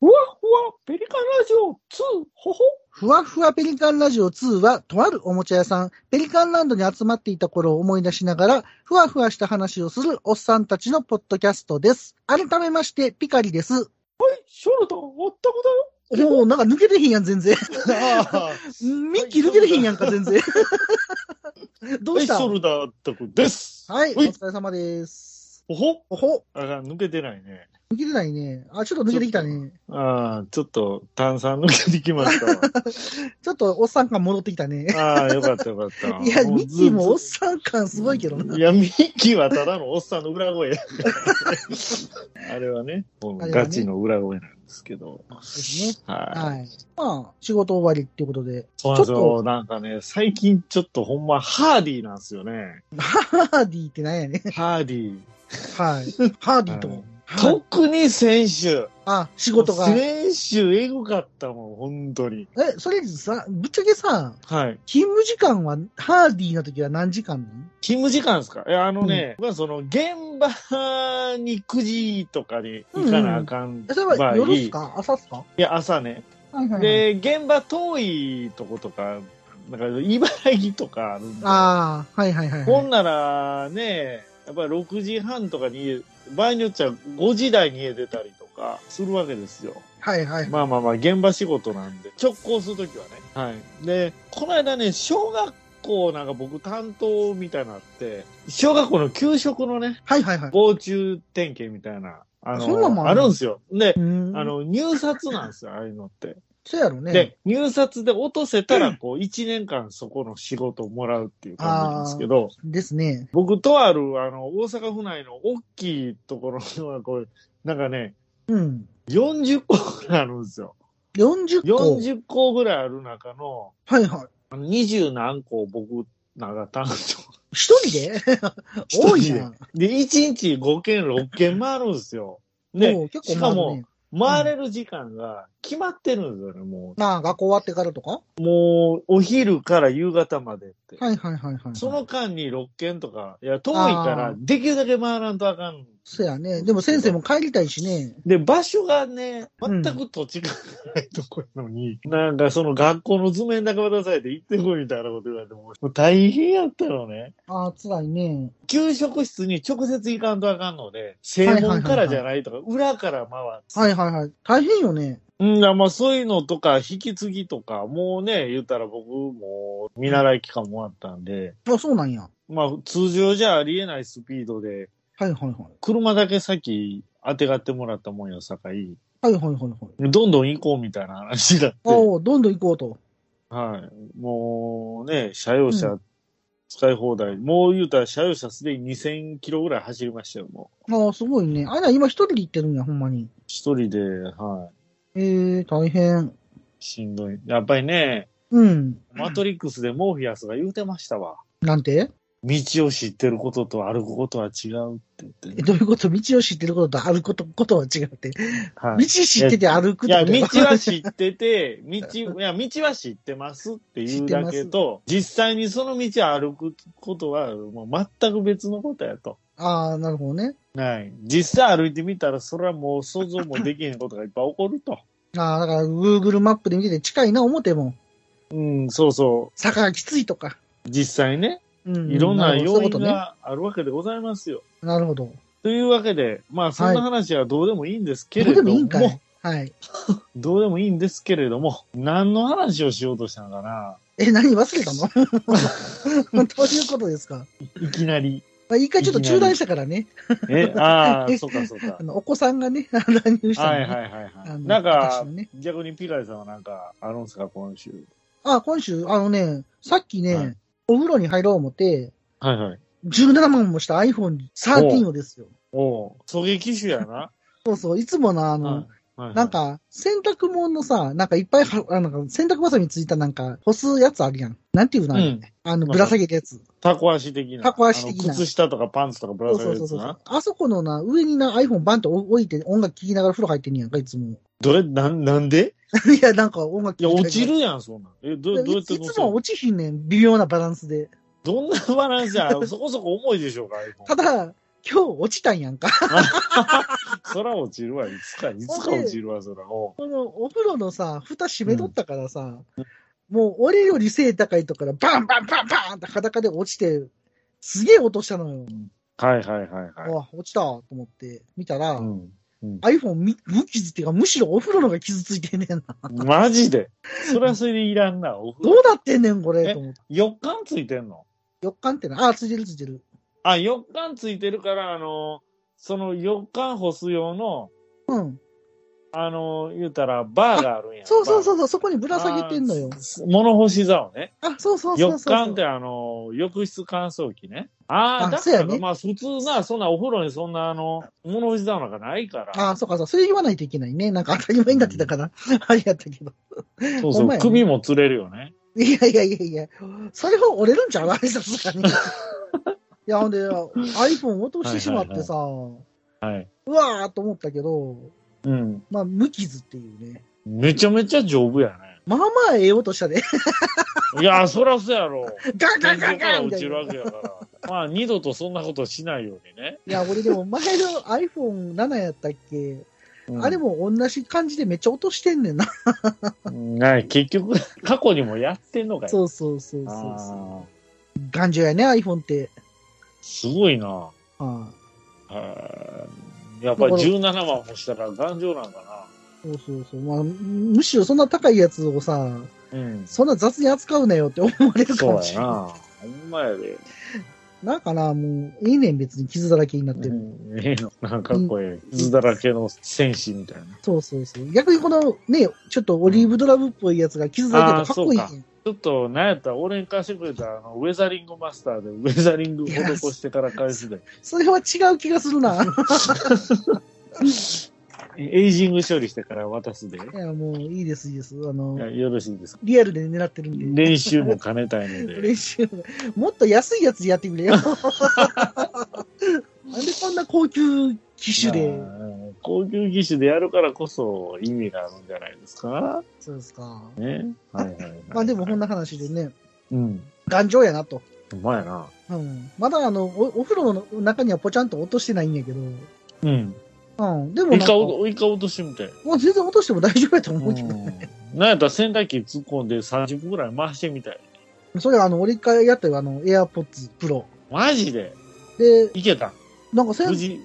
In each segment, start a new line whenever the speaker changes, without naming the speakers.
ふわふわペリカンラジオ2、ほほ。
ふわふわペリカンラジオ2は、とあるおもちゃ屋さん、ペリカンランドに集まっていた頃を思い出しながら、ふわふわした話をするおっさんたちのポッドキャストです。改めまして、ピカリです。
はい、ショルダー、あったくだよ。
おおなんか抜けてへんやん、全然。
ああ。
ミッキー抜けてへんやんか、全 然。どうした
はいショルダータクです。
はい、お
ほい
疲れ様です。
おほ
おほ、
あら、抜けてないね。
抜けてないね。あ、ちょっと抜けてきたね。
ああ、ちょっと炭酸抜けてきました
ちょっとおっさん感戻ってきたね。
わ。ああ、よかったよかった。
いや、ミッキーもおっ
さ
さん感すごいけどな。
いや、ミッキーはただのおっさんの裏声。あれはね、もう
あれはね
ガチの裏声なんですけど。
ですね。
はい。
はい。まあ、仕事終わりっていうことで。
そうなんです
ちょ
よ。なんかね、最近ちょっとほんまハーディーなんですよね。
ハーディーってなんやね。
ハーディー。
はい。ハーディーと
はい
も。はい
特に先週。
あ、仕事が。え、
先週エグかったもん、本当に。
それさ、ぶっちゃけさ、
はい。
勤務時間は、ハーディーな時は何時間
勤務時間ですかいや、あのね、僕はその、現場に9時とかに行かなあかん
え、それは
場合、
夜っ
い
すか朝っすか
や、朝ね。
はいはいはい。
で、現場遠いとことか、なんか、茨城とかあるんで、
ああ、はいはいはい
ほ
はい。
んならね、やっぱり6時半とかに、場合によっちゃ5時台に家出たりとかするわけですよ。
はいはい。
まあまあまあ、現場仕事なんで、直行するときはね。はい。で、この間ね、小学校なんか僕担当みたいなのあって、小学校の給食のね、
はいはいはい。
防虫点検みたいな、あ
そんなんも
の、
あ
あ
る
るんですよ。で
う、ん。
あの、入札なんですよ、ああいうのって。
そうやろね。
で、入札で落とせたら、こう、1年間そこの仕事をもらうっていう感じなんですけど、
ですね。
僕とある、あの、大阪府内の大きいところの、これ、なんかね、
うん。
40個ぐらいあるんですよ。
40個。
40個ぐらいある中の、
はいはい。
二十何個を僕なんか担
一人 で
当。
多い
一
な
人。で。で、一日5件、6件回るんですよ。
お
で、
う結
し
構
か
回
も
るね。
回れる時間が決まってるんですよね、も
まあ、学校終わってからとか
う。もう、お昼から夕方までって。
はいはいはいはい。
その間に6件とか、いや、遠い
あ
から、
ー
できるだけ回らんとあかん。
そうやね。でも先生も帰りたいしね。
で、場所がね、
うん
全く土地がないとこやのに、なんかその学校の図面だけ渡されて行ってこいみたいなこと言われて、もう大変やったのね。
ああ、辛いね。
給食室に直接行かんとあかんので、正門からじゃないとか、裏から回って。
はいはいはい。大変よね。
うん、だからまあそういうのとか、引き継ぎとか、もうね、言ったら僕も見習い期間もあったんで、
あ、そうなんや。
まあ通常じゃありえないスピードで、
はいはいはい。
車だけ先当てがってもらったもんやさかい、
はいはいはいはい。
どんどん行こうみたいな話だって、
おおどんどん行こうと。
はい。もうね、車用車使い放題、もう言うたら車用車すでに2000キロぐらい走りましたよ、もう。
ああ、すごいね。あれは今一人で行ってるんや、ほんまに。
一人で、はい。
ええ大変。
しんどい。やっぱりね、
うん。
マトリックスでモーフィアスが言うてましたわ。
なんて
道を知ってることと歩くことは違うって言って
え
ね、
どういうこと道を知ってることと歩くことことは違って。
は
道知ってて歩く
い
って
や、
こと
道は知ってて、 道、いや、道は知ってますっていうだけと、実際にその道を歩くことは、もう全く別のことやと。
ああ、なるほどね。
はい。実際歩いてみたら、それはもう想像もできへんことがいっぱい起こると。
ああ、だから Google マップで見てて近いな、思っても。
うん、そうそ
坂がきついとか。
う。実際ね、
うん。
いろんな
る
要因
ほどそういうこ
があるわけでございますよ。
とね。なるほど。
というわけで、まあ、そんな話はどうでもいいんですけ
ど
れ
う
ど
で
も、
もいいんかい。はい。
どうでもいいんですけれども、何の話をしようとしたのかな
え、何忘れたの どういうことですか、
いきなり。
まあ、一回ちょっと中断したからね、
え、あ あ、そうかそうか
あ。のお子さんがね、 乱入したの
は
ね
いはいはい
あ
は
の
い。なん
私
か
の、ね
逆にピライさんはなんかあるんですか、今週。
あ、今週、あのね、さっきね、
はい
お風呂に入ろう思って、
はいはい。
17万もした iPhone13 をですよ。
おおう、狙撃手やな。
そうそう、いつものあの、
はいはいはい
なん、か、洗濯物のさ、なんかいっぱいは、あなんか洗濯ばさみついたなんか、干すやつあるやん。なんていうの、
うん。
あの、ぶら下げたやつ。
タコ足的な。
タコ足的な
あの靴下とかパンツとかぶ
そ
ら
う
下げ
そう
る
そ
や
う
つ
そう
な。。
あそこのな、上にな iPhone バンと置いて音楽聴きながら風呂入ってんねやんか、いつも。
どれ、なん、なんで
いや、なんか音楽
いや、
聴きながら
落ちるやん、そんなん。え、ど、どうやって
い
乗
つ
せ
も
る
落ちひんねん、微妙なバランスで。
どんなバランスや、そこそこ重いでしょうか、iPhone
ただ、今日落ちたんやんか。
空落ちるわ、いつか、いつか落ちるわ、そら。お
このお風呂のさ、蓋閉めとったからさ、もう俺より背高いとこからバンバンバンバンって裸で落ちて、すげえ音したのよ。
うはいはいはいは
あ、落ちたと思って見たら、
い。うん。
iPhone み無傷っていうか、むしろお風呂のが傷ついてんねんな。
マジで。それはそれでいらんな。お風
ど
呂
うなってんねん、これ。
え
と思って。
四巻ついてんの
よっかんってな。あ、ついてるついてる。
あ、四巻ついてるから、あの、その四巻干す用の、
うん。
あの、言うたら、バーがあるんや。
そうそうそう
う。
そう、そこにぶら下げてんのよ。
物干し竿ね。
あ、そうそうそうそう
浴
そう。
管ってあの、浴室乾燥機ね。ああ、
あ
だ
そ
か
うや
ら、
ね
まあ普通な、そんなお風呂にそんなあの、物干しだなんかないから。
あ、そうかそう。それ言わないといけないね。なんか当たり前になってたから。あれやったけど。
そう
ほ
そ
んま
う、
やね
首も釣れるよね。
いやいやいやいや。それは折れるんちゃう あれさすがに。いや、ほんで、iPhone 落としてしまってさ、
はい。
うわーと思ったけど、
うん。
まあ、無傷っていうね。
めちゃめちゃ丈夫やね。
まあまあええ音したで。
いやー、そらそうやろ。
ガン
天
ガンガン
井か
ガ
ら
ン
落
みたい
ちる
な。
わ
い
けやから。まあ、二度とそんなことしないようにね。
や、俺でも前の iPhone7 やったっけ、
うん
あれも同じ感じでめっちゃ落としてんねんな。
うんはい、結局、過去にもやってんのかよ。
そうそうそうそうそう。
あー
頑丈やね、iPhone って。
すごいな。
ああ
あーやっぱり17万もしたら頑丈なんか
そうそうそう。まあ、むしろそんな高いやつをさ、
な。うん。
そんな雑に扱うなよって思われるか
そ
も
う
し
や
れな
な。ほんまやで。
い。なんかな、もう、いいねん別に傷だらけになっても。
うんええのなんかこれ、傷だらけの戦士みたいな。
そうそうそう。逆にこのね、ちょっとオリーブドラブっぽいやつが傷だらけだとかっこいい
ああそちょっと、なんやったら、俺に貸してくれたあのウェザリングマスターで、ウェザリング施してから返すで、
それは違う気がするな。 い
エイジング処理してから渡すで、
や、もういいです、いいです。あの
い、やよろしいですか。
リアルで狙ってるんで。
練習も兼ねたいので、
練習もっと安いやつでやって くれよ。なんでこんな高級機種で。
まあうん高級技師でやるからこそ意味があるんじゃないですか。
そうですか。
ね。はいはい、はい。
まあでもこんな話でね、
うん。
頑丈やなと。
うまいな。
うん。まだあの、おお風呂の中にはぽちゃんと落としてないんやけど。う
うん。
ん。でもな
イ
んか、
カ
も
落イカ落としてみたい。
う全然落としても大丈夫やと思
う
うけど。
ん。なんやったら洗濯機突っ込んで30分ぐらい回してみたい。
それはあの、俺一回やったよ、あの、AirPods Pro。
マジで
で、
いけた。
なんかせん
無事、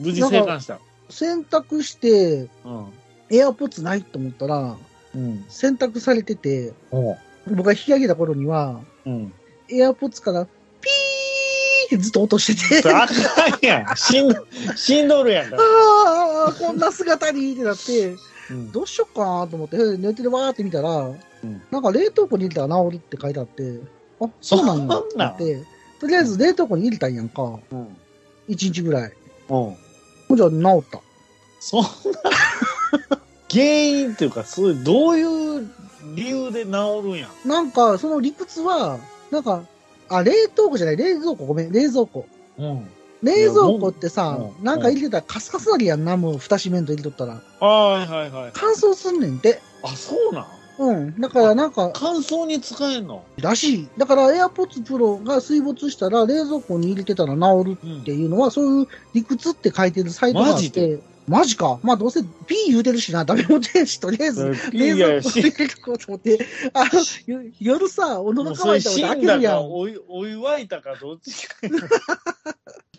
無事生還した。
洗濯して、
うん。
AirPods ないと思ったら、
うん。
洗濯されてて、
おう。
僕が引き上げた頃には、
うん。
AirPods からピーってずっと落としてて、あ
あかんやん。死んど、死んどる やんか
あ
ら。
ああ、こんな姿にってなって、
うん
どうしよっかなと思って、寝てるわーって見たら、
ん
なんか冷凍庫に入れたら治るって書いてあって、あ、そうなんだっ
そ
て
んな
なんって、とりあえず冷凍庫に入れたんやんか、
うん。
1日ぐらい。
うん。
ほんじゃ治った。
そんな、原因っていうか、そういう、どういう理由で治るんやん。
なんか、その理屈は、なんか、あ、冷凍庫じゃない、冷蔵庫、ごめん、冷蔵庫。
うん。
冷蔵庫ってさ
も、う
なんか入れてたらカスカスなりやんな、もう蓋閉めんと入れとったら。
はいはいはい。
乾燥すんねんて。
あ、そうなん
うん。だからなんか、
乾燥に使えんの
らしい。だから AirPods Pro が水没したら冷蔵庫に入れてたら治る
う
って
ん。
いうのは、そういう理屈って書いてるサイトがあっ
マ
て。
ジで
マジか。まあどうせ P 言うてるしな、ダメもてんし、とりあえず。
い
冷
やい
蔵
や、
庫
死
に入れとこうと思って、あの、よ夜さ、お
もう
腹
そ
乾
れ
いた
死
ら開
ん
け
だ
るや
か、
ん。
おい、お湯沸いたか、どっちかやん。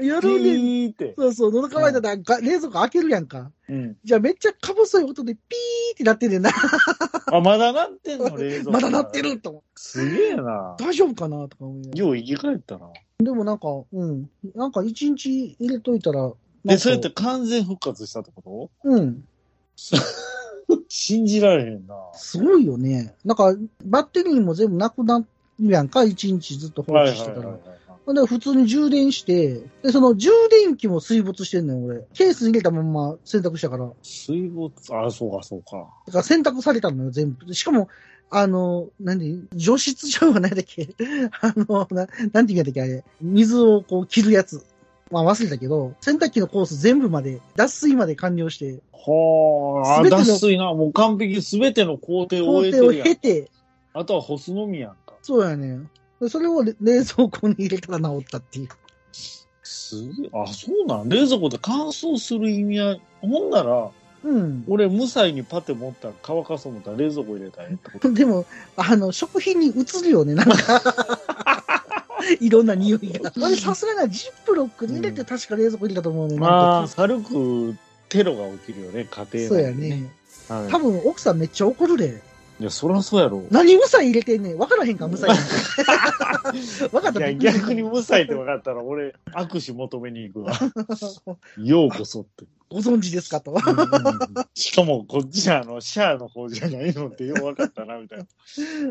夜ね、
ーって。
そうそう、喉乾いたらが冷蔵庫開けるやんか。
うん。
じゃあめっちゃか細い音でピーってなってんねんな。
あ、まだなってんの冷蔵庫。
まだ鳴ってると思って
すげえな。
大丈夫かなとか思いながら
よう生き返ったな。
でもなんか、うん。なんか一日入れといたら。な
で、
んか
そうやって完全復活したってこ
うん。
と信じられへんな。は
すごいよね。なんか、バッテリーも全部なくなるやんか、一日ずっと放
い
置
はい
してたら。
はいはい。
ほんで、普通に充電して、で、その充電器も水没してんのよ、俺。ケースに入れたまんま洗濯したから。だか
水没、あ、そうかそうか。
ら洗濯されたのよ、全部。しかも、あの、何除湿じゃないだっけ あの、ななんていうんやったっけ、あれ。水をこう切るやつ。まあ忘れたけど、洗濯機のコース全部まで、脱水まで完了して、
はあ、
全ての
脱水な。もう完璧すべての工程を
工
終えて
程を
るやん
経。て、
あとは干すのみやんか。
そうやね。でそれをれ冷蔵庫に入れたら治ったっていう。
すげえ。あ、そうなん。冷蔵庫で乾燥する意味合い。ほんなら、
うん。
俺、無才にパテ持ったら乾かそう思ったら冷蔵庫入れたらええってこと。
でも、あの、食品に移るよね、 なんか。いろんな匂いが。これさすがにジップロックに入れて確か冷蔵庫入れたと思うね。
ま
なん
あ、
か
軽くテロが起きるよね、家庭内
そうや
で。
ね。
はい
多分奥さんめっちゃ怒るで。
いや、そらそうやろ。
何無才入れてんねん。わからへんか、無 才。わかった
いや、逆に無才って分かったら、俺、握手求めに行くわ。ようこそって。
ご存知ですかと。
しかも、こっちは、あの、シャアの方じゃないのってよう分かったな、みたいな。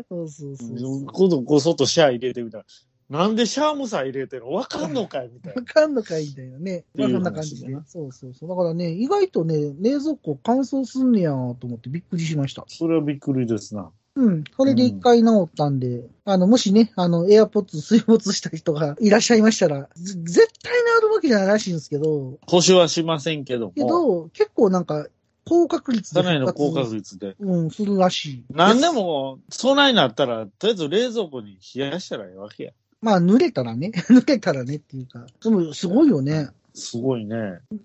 そうそうそうそう。
今度こそっとシャア入れてみたら、なんでシャア無才入れてるの分かんのかいみたいな
わ。かんのかいみたいなね。まあそんな感じ
って
で
いう話だ
ね
な。
そうそうそう。だからね、意外とね、冷蔵庫乾燥すんねやと思ってびっくりしまし た。
それはびっくりですな。
うん。それで一回治ったんで、あの、もしね、あの、エアポッツ水没した人がいらっしゃいましたら、ぜ絶対治るわけじゃないらしいんですけど、
故障はしませんけど
け
も、
ど、結構なんか、高確率で
かなり
復
の
活。
高確率で。
うん、するらしい。
何でも、備えになったら、とりあえず冷蔵庫に冷やしたらいいわけや。
まあ、濡れたらね。 濡れたらねっていうか。でも、すごいよね。
すごいね。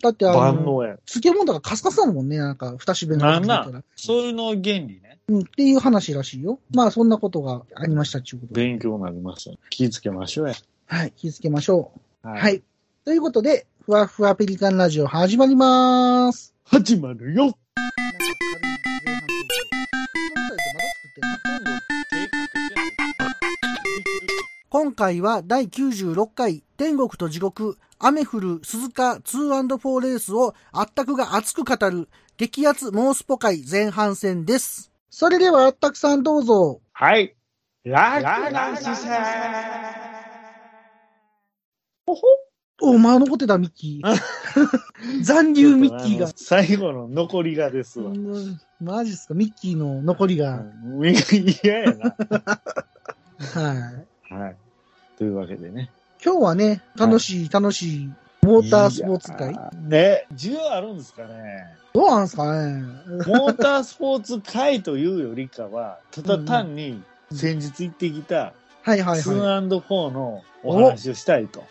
だって、あ
万
の、
能や。
漬物とかカスカスだもんね。なんか、二しべの
なん
時だった
な
ら。、
そういうの原理ね。
うん、っていう話らしいよ。まあ、そんなことがありましたっていうことで。
勉強になりました。気ぃつけましょうや。
はい。気をつけましょう。
は
はい。。ということで、ふわふわペリカンラジオ始まります。
始まるよ
今回は第96回天国と地獄雨降る鈴鹿 2&4 レースをあったくが熱く語る激アツモースポ会前半戦です。それではあったくさんどうぞ。
はい。ラ
楽
な
な
姿
姿勢
お、まあ残ってたミッキー。残留ミッキーが。
最後の残りがですわ。
うんマジっすか、ミッキーの残りが。
うん嫌やな。
は い。
はい。というわけでね。
今日はね、楽しい楽しいモータースポーツ界
いやーね、需要あるんですかね。
どうなんすかね
モータースポーツ界というよりかは、ただ単に先日行ってきた
はいはいは
2&4 のお話をしたいと
い。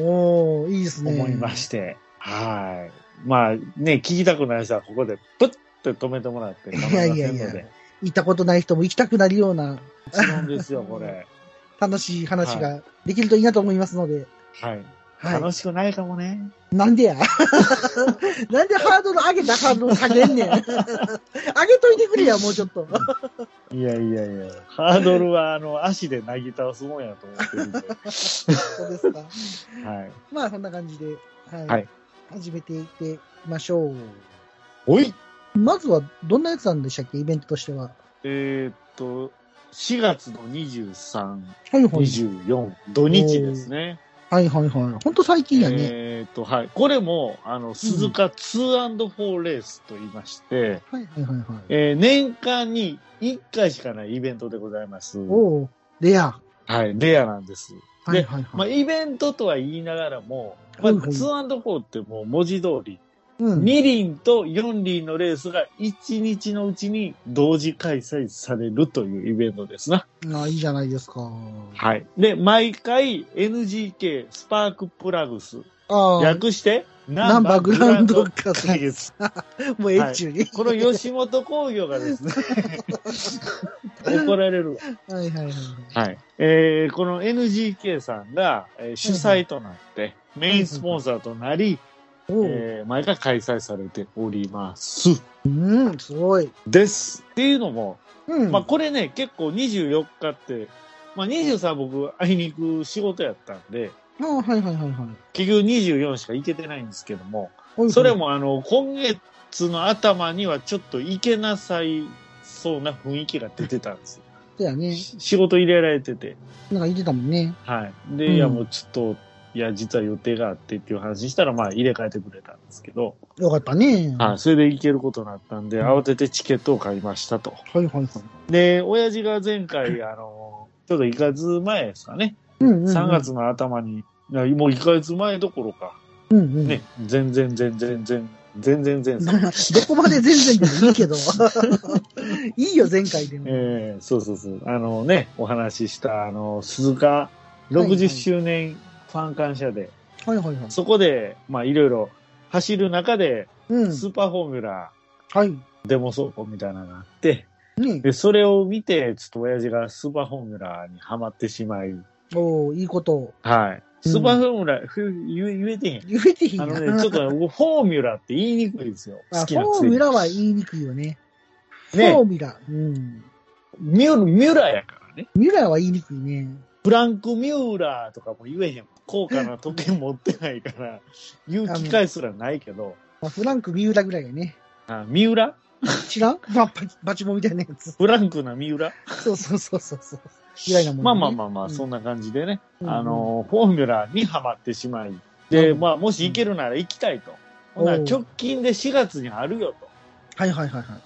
おおいいですね。
思いまして。はい。まあね、聞きたくない人はここでプッて止めてもらって構いませんので。
いやいやいや行ったことない人も行きたくなるような
もちろんですよ、これ。
楽しい話ができるといいなと思いますので。
はい。
は
楽しくないかもね。
い。なんでや なんでハードル上げたハードル下げんねん。上げといてくれや、もうちょっと。
いやいやいや、ハードルはあの足でなぎ倒すもんやと思ってるんで。
そうですか。
はい。
まあ、そんな感じで、はい。
はい
始めていっていきましょう。
おい
まずは、どんなやつなんでしたっけイベントとしては。
えーっと、4月の23、
はいはい。
24、土日ですね。
はいはいはい。ほんと最近やね。
えーっと、はい。これも、あの、鈴鹿 2&4 レースと言いまして、
はいはいはいはい。
えー年間に1回しかないイベントでございます。
おおレア。
はい。レアなんです。
はいはい
まあ、
はい。
イベントとは言いながらも、まあ、
うんうん
2&4 ってもう文字通り、
うん
2輪と4輪のレースが1日のうちに同時開催されるというイベントですな。
ああ、いいじゃないですか。
はい。で、毎回 NGK スパークプラグス、
ああ、
略して
ナ
ナ
ン
ン
バ
バ
ー
ー
グ
グ
ラ
ラ
ウ
ウ
ン
ン
ド
ド
か
会です。
もうえっちゅうに。
この吉本興業が ですね、怒られるわ。
はいはいはい。
はい。えーこの NGK さんが、えー主催となって、メインスポンサーとなり、
おう
えー毎回開催されております。
うん、すごい。
です。っていうのも、
うん。
まあこれね、結構24日って、まあ23僕、あいに行く仕事やったんで、
ああ、はいはいはいは
結局24しか行けてないんですけども、
い。
それ。もあの、今月の頭にはちょっと行けなさいそうな雰囲気が出てたんです。
だよね。
し仕事入れられてて。
なんか言ってたもんね。
はい。で、
うん
いやもうちょっと、いや、実は予定があってっていう話したら、まあ入れ替えてくれたんですけど、
よかったね。は
はい。それで行けることになったんで、
うん
慌ててチケットを買いましたと。
いはいはい。
で、親父が前 回、あの、ちょっと1ヶ月前ですかね。
うんうんうん。
3月。の頭に、いやもう1ヶ月前どころか、
うんうん。
ね、全然全然全然全然
ど
全
こまで全然でもいいけど。 いいよ、前回でも。
えーそうそうそう、あのね、お話しした、あの、鈴鹿
はいはい
60周年ファン感謝で、
はいはいはい。
そこで、まあいろいろ走る中で、
うん。
スーパーフォーミュラ
はい。
ー、デモ走行みたいなのがあって、
ね
で、それを見て、ちょっと親父がスーパーフォーミュラーにハマってしまい、
おーいいこと。
はい。スーパーフォーミュラー、ふ言言えてへん。
言えていいな。
あのね、ちょっとね、フォーミュラーって言いにくいですよ。
あ
好きな
フォー
くせ
ミ
に
ュラは言いにくいよね。フォ
ね、
ーミュラ。うん。
ミュミュラーやからね。
ミュラは言いにくいね。
フランク・ミューラーとかも言えへん。高価な時計持ってない から、言う機会すらないけど、
まあ、フランク・ミューラぐらいやね。
あ三浦
知らんまあ、ババチボみたいなやつ。
フランクな三浦
そうそうそうそうそう。ぐらいなもんね
まあまあまあまあ、
うん
そんな感じでね、
うん
あの、フォーミュラーにはまってしまい、で、
うん
まあ、もし行けるなら行きたいと。ほな
おう
直近で4月にあるよと。
はいはいはいはい。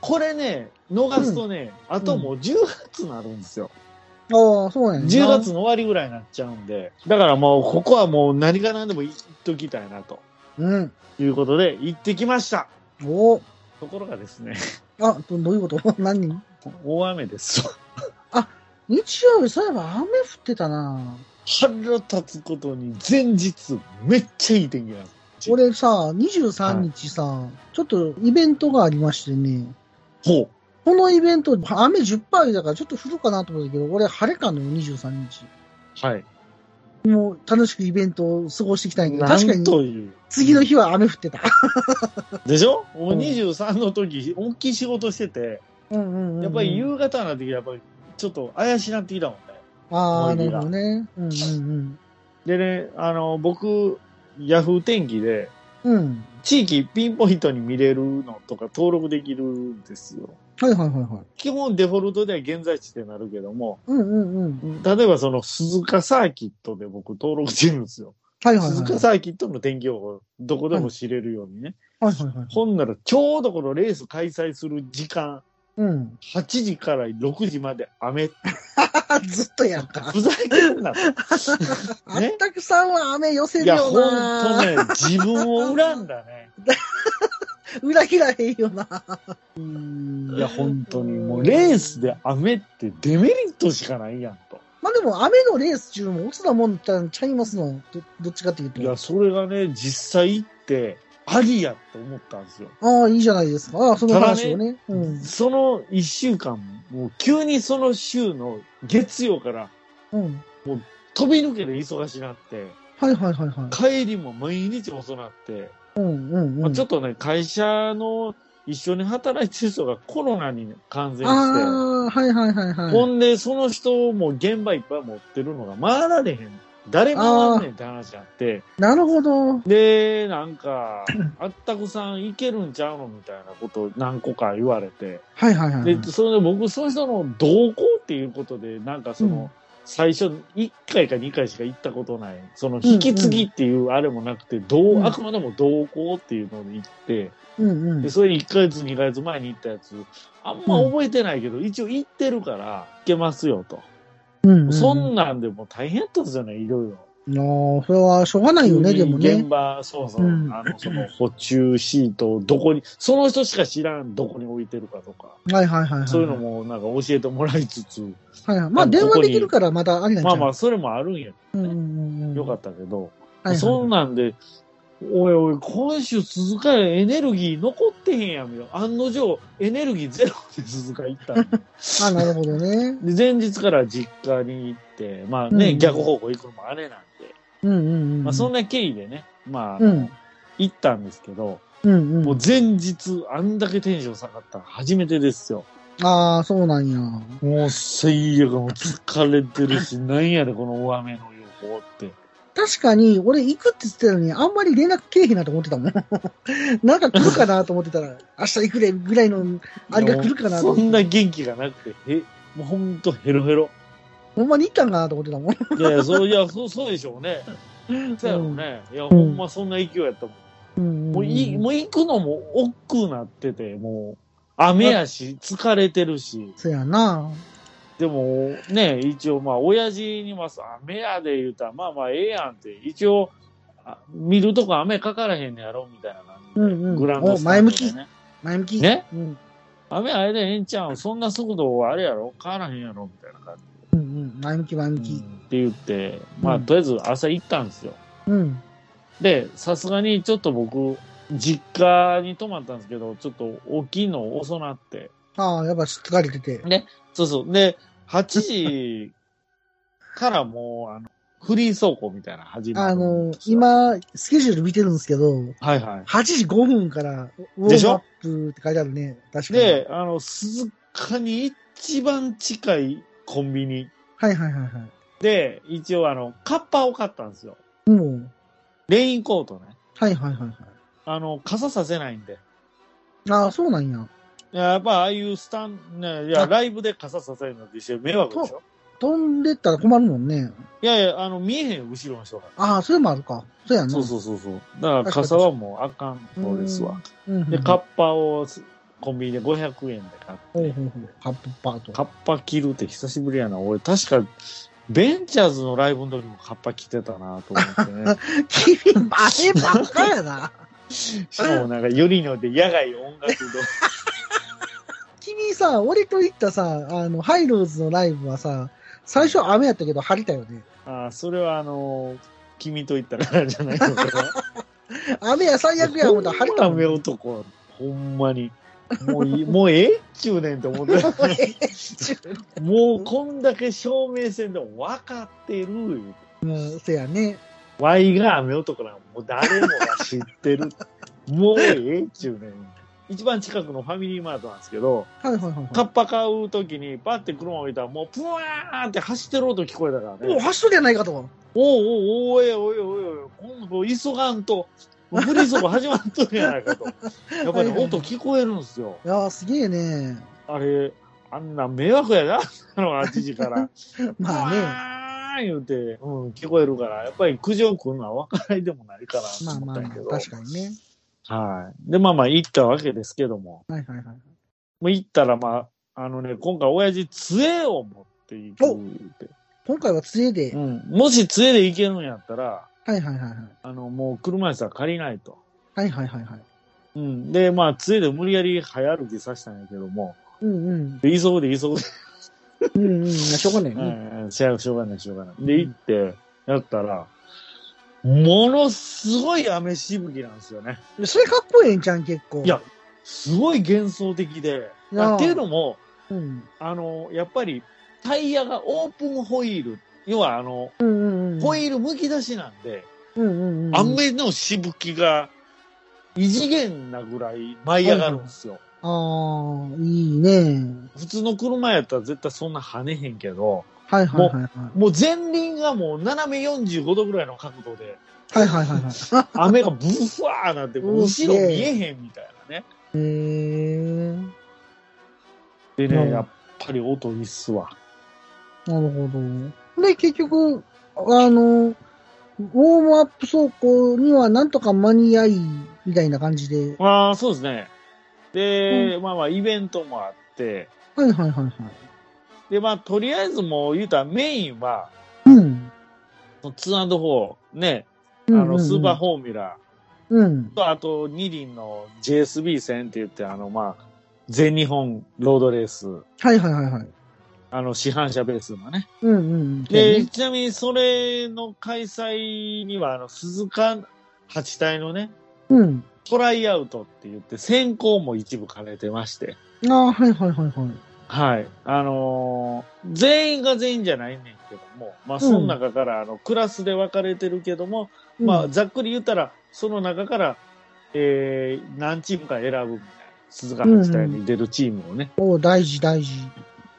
これね、逃すとね、あともう10月になるんですよ。
ああ、そうなんや
10
な
月。の終わりぐらいになっちゃうんで、だからもう、ここはもう何が何でも行っときたいなと
うん。
いうことで、行ってきました
おー
ところがですね、
あ、どどういうこと 何
大雨です。
日曜日、そういえば雨降ってたな。
腹立つことに前日めっちゃいい天気なんです。
俺さ、23日さ、ちょっとイベントがありましてね、
ほ
このイベント、雨10%だからちょっと降るかなと思ったけど、俺晴れかのよ、23日。
う。はい。
もう楽しくイベントを過ごしてきたんやけど、確か
なん
に
という。
次の日は雨降ってた。
でしょ俺
うん
23の時、大きい仕事してて、
うんうんうん
やっぱり夕方になってきて、やっぱりちょっと怪しなってきたもんね。
ああ、
思
ないる
出
ほ
が
どね。うんうん
でね、あの、僕、ヤフー天気で、
うん。うん。
地域ピンポイントに見れるのとか登録できるんですよ。
はいはいはいはい。
基本デフォルトでは現在地ってなるけども、
うんうんうん。
例えばその鈴鹿サーキットで僕登録してるんですよ。
はいはいはい。
鈴鹿サーキットの天気予報、どこでも知れるようにね。
はいはいはい。
ほんなら、ちょうどこのレース開催する時間、
うん。
8時から6時まで雨。
ずっとやん か。
ふざけん な。
あったくさんは雨寄せ
い
る
や、
よ
ほんと
な。
ね、自分を恨んだね。
裏切らへんよな。
いや、本当にもう、レースで雨ってデメリットしかないやんと。
まあでも雨のレース中も落ちたもんちゃちゃいますの。どどっちかっていう
い
と
や、。それがね、実際行って、ありやと思ったんですよ。
ああ、いいじゃないですか。ああ、その話をね。うん。
その1週間、もう急にその週の月曜から
うん。
飛び抜けて忙しなって、
はいはいはいはい。
帰りも毎日遅なって、
うんうんう
まあ
ん。
ちょっとね、会社の一緒に働いてる人がコロナに感染して、
ああ、はいはいはいはい。
ほんで、その人も現場いっぱい持ってるのが回られへん。誰回んねんって話あって、
なるほど。
で、なんか、あったくさんいけるんちゃうのみたいなこと何個か言われて、
はいはいはいはい
で、。それで僕、その人の同行っていうことで、なんかその、
うん
最初1回か2回しか行ったことない、その引き継ぎっていうあれもなくて、どう
うん
あくまでも同行っていうのに行って、
うんうん
で、。それ1ヶ月、2ヶ月前に行ったやつ、あんま覚えてないけど、一応行ってるから、行けますよと。
うんうん。
そ
あ
んなんでもう大変だったんですよね、いろいろ。
あ、それはしょうがないよね、でも
現
ね。
場、そうそう、
うん
あの、その補充シートをどこに、その人しか知らんどこに置いてるかとか、
はいはいはいはい。
そういうの。もなんか教えてもらいつつ、
はいはい。まあ
あの
電
こ
話
こに
できるからまだありなんち
ま
ゃ
あ
う
まあ、それもあるんや。
うんうんうん。
よかったけど、
たはい
そ
は
んなんで、おいおい、今週鈴鹿へエネルギー残ってへんやんよ。案の定、エネルギーゼロで鈴鹿行った の
い。あ、なるほどね。
で、前日から実家に行って、まあね、
うん
逆方向行くのもあれなんで、
うんうんうん。
まあそん
な。
な経緯でね、まあ、
うん
行ったんですけど、
うんう。
もうん前日、あんだけテンション下がったの初めてですよ。
ああ、そうなんや。
もう最悪、もう疲れてる し、なんやでこの大雨の予報って。
確かに、俺行くって言ってたのに、あんまり連絡けえへんなと思ってたもん。 なんか来るかなと思ってたら、明日行くれぐらいの、あれが来るかなと
そ
思って
んな元気がなくて、へ、もうほんとヘロヘロ。
ほんまに行ったんかなと思ってたもん。
いやい や、そう、いや、そう、そうでしょうね。そうやろうね。いや、ほんまそんな勢いやったもん。
うん
もうい、もう行くのも億劫なってて、もう、雨やし、疲れてるし。
そやな。
でも、ね、一応まあ、親父にます、雨やで言うたら、まあまあ、ええやんって、一応、あ見るとこ雨かからへんねやろ、みたいな感じで。
うんうん
グラウンドスタ
お前
ンド
向
で
き、
ね。
前向き。
ね
うん。
雨あれでええんちゃうん、そんな速度はあれやろ、変わらへんやろ、みたいな感じで。
うんうん。前向き、前向き。
って言って、まあ、
うん
とりあえず朝行ったんですよ。
うん。
で、さすがにちょっと僕、実家に泊まったんですけど、ちょっと起きんの遅なって。
ああ、やっぱ疲れてて。
そうそう。で、8時からもう、あの、フリー走行みたいなの始まる。
あの、、今、スケジュール見てるんですけど、
はいはい。
8時5分からウォ
でし
ームア
ょ
ップって書いてあるね。確かに。
で、あの、鈴鹿に一番近いコンビニ
はいはいはいは
で、一応あの、カッパを買ったんですよ。
い。もう、
レインコートね。
はいはいはいは
あの、傘させないんで。
い。ああ、そうなんや。
いややっぱああいうスタン、ね、いや、
あ
ライブで傘させるのって一緒に迷惑でしょ
飛んでったら困るもんね。
いやいや、あの、見えへんよ後ろの人が。
ああ、それもあるか。そうやな。
そうそうそうそう。だから傘はもうあかんそうですわ。
うんうんうん。
で、カッパをコンビニで500円で買って、
ほうほうほうカップパート。
カッパ着るって久しぶりやな。俺確か、ベンチャーズのライブの時もカッパ着てたなと思って ね。
君、バレばっかやな。
しかもなんかユリノで野外音楽堂。
君さ、俺と行ったさ、あの、ハイローズのライブはさ、最初雨やったけど晴れたよね。
ああ、それはあのー君と言ったからじゃないのかな。
雨や最悪や思ったら晴れたもん
雨
ね。
男、ほんまに。もうい い、もうええっちゅうねんって思って。 もうこんだけ照明戦でも分かってるよ。
うん、せやね。
ワイが雨男なんもう誰もが知ってる。もうええっちゅうねん。一番近くのファミリーマートなんですけど、
はいはいはいはい。
カッパ買うときにパッて車を置いたらもうプワーンって走ってる音聞こえたから
もう
ね。
走っとるやないかと。
おうおうおうおえおえおえおえ、今度急がんと、フリーソー始まっとるやないかと。やっぱり、ね、音聞こえるんですよ。
いやー、すげえね。
あれ、あんな迷惑やな、あの8時から。
まあね。
あね。言うて、うん、聞こえるから、やっぱり苦情来るのは分からいでもないかな
まあ
と思
ま
っ
あ
たん
ま
やけど。
あ、確かにね。
はい。で、まあまあ、行ったわけですけども。
はいはいはい。
もう行ったら、まあ、あのね、今回、親父、杖を持って行くって。
今回は杖で。
う
はい
ん。もし杖で行けるんやったら、
はいはいはい。
あの、もう車椅子は借りないと。
はいはいはいはい。
うん。で、まあ、杖で無理やり早歩きさせたんやけども、
うんうん。
で急ぐで急ぐで
うんうん。いやしょうがないね。
うんうんしょうしょうがない、しょうがない。で、行って、やったら、ものすごい雨しぶきなんですよね。
それかっこええんちゃん、結構。
いやすごい幻想的で。
いやー
あっていうのも、
うん。
あの、やっぱりタイヤがオープンホイール、要はあの、
うんうんうん。
ホイールむき出しなんで、
うんうんうん。
雨のしぶきが異次元なぐらい舞い上がるんですよ。
ああ、いいね。
普通の車やったら絶対そんな跳ねへんけど、
はいはいはいはい。
もう前輪がもう斜め45度ぐらいの角度で、
はいはいはいはい。
雨がブワーなって、
うん
後ろ見えへんみたいなね。
へえ。
で
うん
ね、やっぱり音いいっすわ。
なるほど。で、結局、あの、ウォームアップ走行にはなんとか間に合い、みたいな感じで。
ああ、そうですね。で、まあまあ、イベントもあって、
はいはいはいはい。
で、まあ、とりあえずもう言うたらメインは、
うん。
その 2&4、ね、あ
うんうんう
の、
ん
スーパーフォーミュラ
うん。
と、あと、二輪の JSB 戦って言って、あの、まあ、全日本ロードレース、
はいはいはいはい。
あの、市販車ベースのね。
うんうん。
で、ちなみに、それの開催には、あの、鈴鹿八体のね、
うん。
トライアウトって言って、選考も一部兼ねてまして、
ああ、はいはいはいはい。
はい。あのー全員が全員じゃないねんけども、まあ、その中から、あの、クラスで分かれてるけども、
うん
まあ、ざっくり言ったら、その中から、えー、何チームか選ぶみたいな。鈴鹿八体に出るチームをね。
おう大事大事。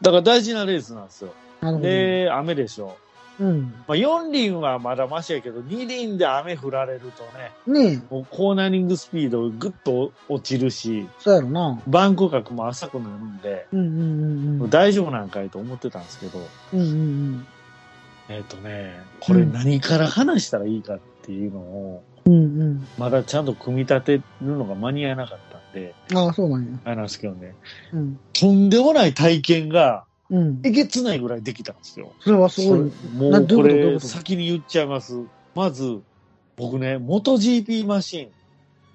だから大事なレースなんですよ。
なるほど。
で、雨でしょ
うん。
う。まあ、4輪はまだマシやけど、2輪で雨降られるとね、
ねえ、
もうコーナリングスピードぐっと落ちるし、
そうやろな。
バンク角も浅くなるんで、
うんうんうんうん。
大丈夫なんかいと思ってたんですけど、
うんうん
えっ、とね、これ何から話したらいいかっていうのを、
うん。うんうん。
まだちゃんと組み立てるのが間に合わなかったんで、
ああ、そうなんや。
あれなんですけどね、
うん。
とんでもない体験が、
うん
え。げつないぐらいできたんですよ。
それはすごい。
それも
な
う
どう
こ
いうことどういう
れ、
こと
先に言っちゃいます。まず、僕ね、元 GP マシン、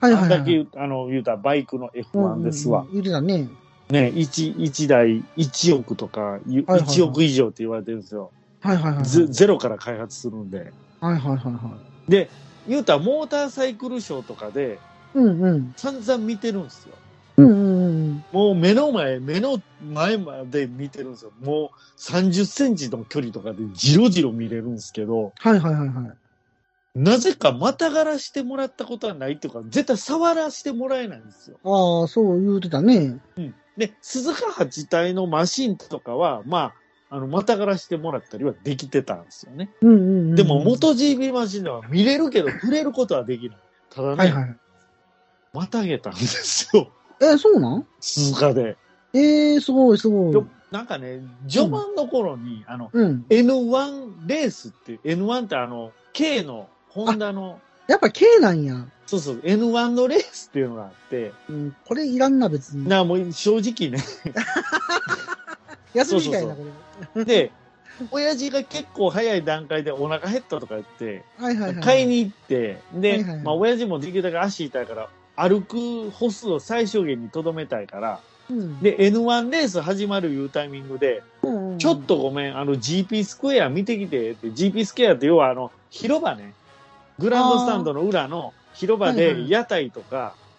はい
あ
は
ん
い、は
だ
い。
け言うあの言うたらバイクの F1 ですわ。
うんうんうん。言ってたね。
ね、1、一台1億とか、ゆ
はいはい
1億以上って言われてるんですよ。
はいはいはいはい。
ゼゼロから開発するんで。
はいはいはいは
で、言うたらモーターサイクルショーとかで
うんうん。
散々見てるんですよ。
うんうん
もう目の前、目の前まで見てるんですよ。もう30センチの距離とかでじろじろ見れるんですけど、
はいはいはいはい。
なぜかまたがらしてもらったことはないっていうか、絶対触らしてもらえないんですよ。
ああ、そう言うてたね。
で、鈴鹿八体のマシンとかは、まあ、あの、またがらしてもらったりはできてたんですよね。
うんうん、うん。
でも、元 GB マシンでは見れるけど、触れることはできない。ただね、
はいはい。
またげたんですよ。
えそうなん
鈴鹿で。
ええー、すごいすごい
で。もなんかね、序盤の頃に、あの、
うん。
N1 レースっていう、N1 ってあの、K の、ホンダの、
やっぱ K なんや。
そうそう、N1 のレースっていうのがあって、
うん、これいらんな、別に。
なあ、もう正直ね。
休み時間やな、こ
そ
れ。
で、親父が結構早い段階でお腹減ったとか言って、
はいはいはい。
買い。に行って、で、
はいはいはい
まあ、親父もできるだけ足痛いから、歩く歩数を最小限にとどめたいから、
うん、
で、N1 レース始まるいうタイミングで、
うんうん
ちょっ。とごめん、あの GP スクエア見てきてって、GP スクエアって要はあの、広場ね、グランドスタンドの裏の広場
はいは
で
い
屋台とか、
ああ。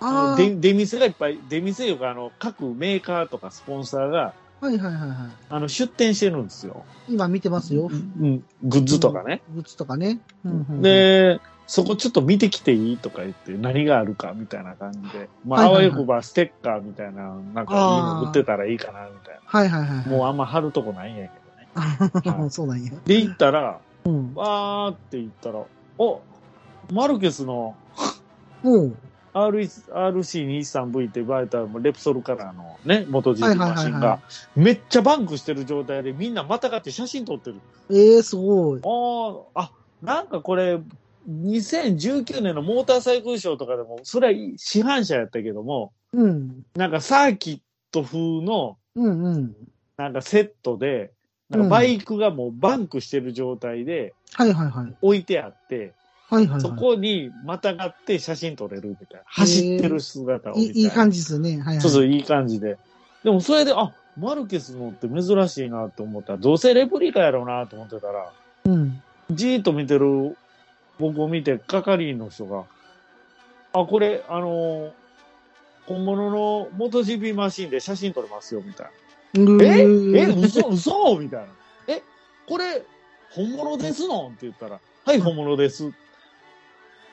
あの
はい
出出店がいっぱい、出店いうか、あの、各メーカーとかスポンサーが、
はいはいはい。
あの、出店してるんですよ。
今見てますよ
う。ん、グッズとかね。
グッズとかね。うんうん、
で、そこちょっと見てきていいとか言って、何があるかみたいな感じで、まあ、
はい
あ
は
わ
いはい
よくばステッカーみたいな、なんかいいの売ってたらいいかなみたい
はいはいはい。
な。もうあんま貼るとこないんやけどね。は
う
い
そうなんや。
で、行ったら、
うん。
わーって言ったら、おマルケスの
もう。
RS RC23V ってバイタもレプソルカラーのね、元 GT
はいはいはいは
マ
い
シンが、めっちゃバンクしてる状態でみんなまたがって写真撮ってる。
ええー、すごい。
ああ、あ、なんかこれ、2019年のモーターサイクルショーとかでも、それは市販車やったけども、
うん。
なんかサーキット風の、
うんうん。
なんかセットで、なんかバイクがもうバンクしてる状態で
はいはいはい。
置いてあって、
はいはい、はい。
そこにまたがって写真撮れるみたいな。走ってる姿を
い
み
い
たい
いい感
じ。
じですよね。はい、はい。
そうそう、いい感じで。でもそれで、あ、マルケスのって珍しいなと思ったら、どうせレプリカやろうなと思ってたら、
うん。
じーっと見てる僕を見て、係員の人が、あ、これ、あのー本物の MotoGP マシンで写真撮れますよ、みたいな。ええ、嘘、嘘みたいな。え、これ、本物ですのんって言ったら、はい、本物です。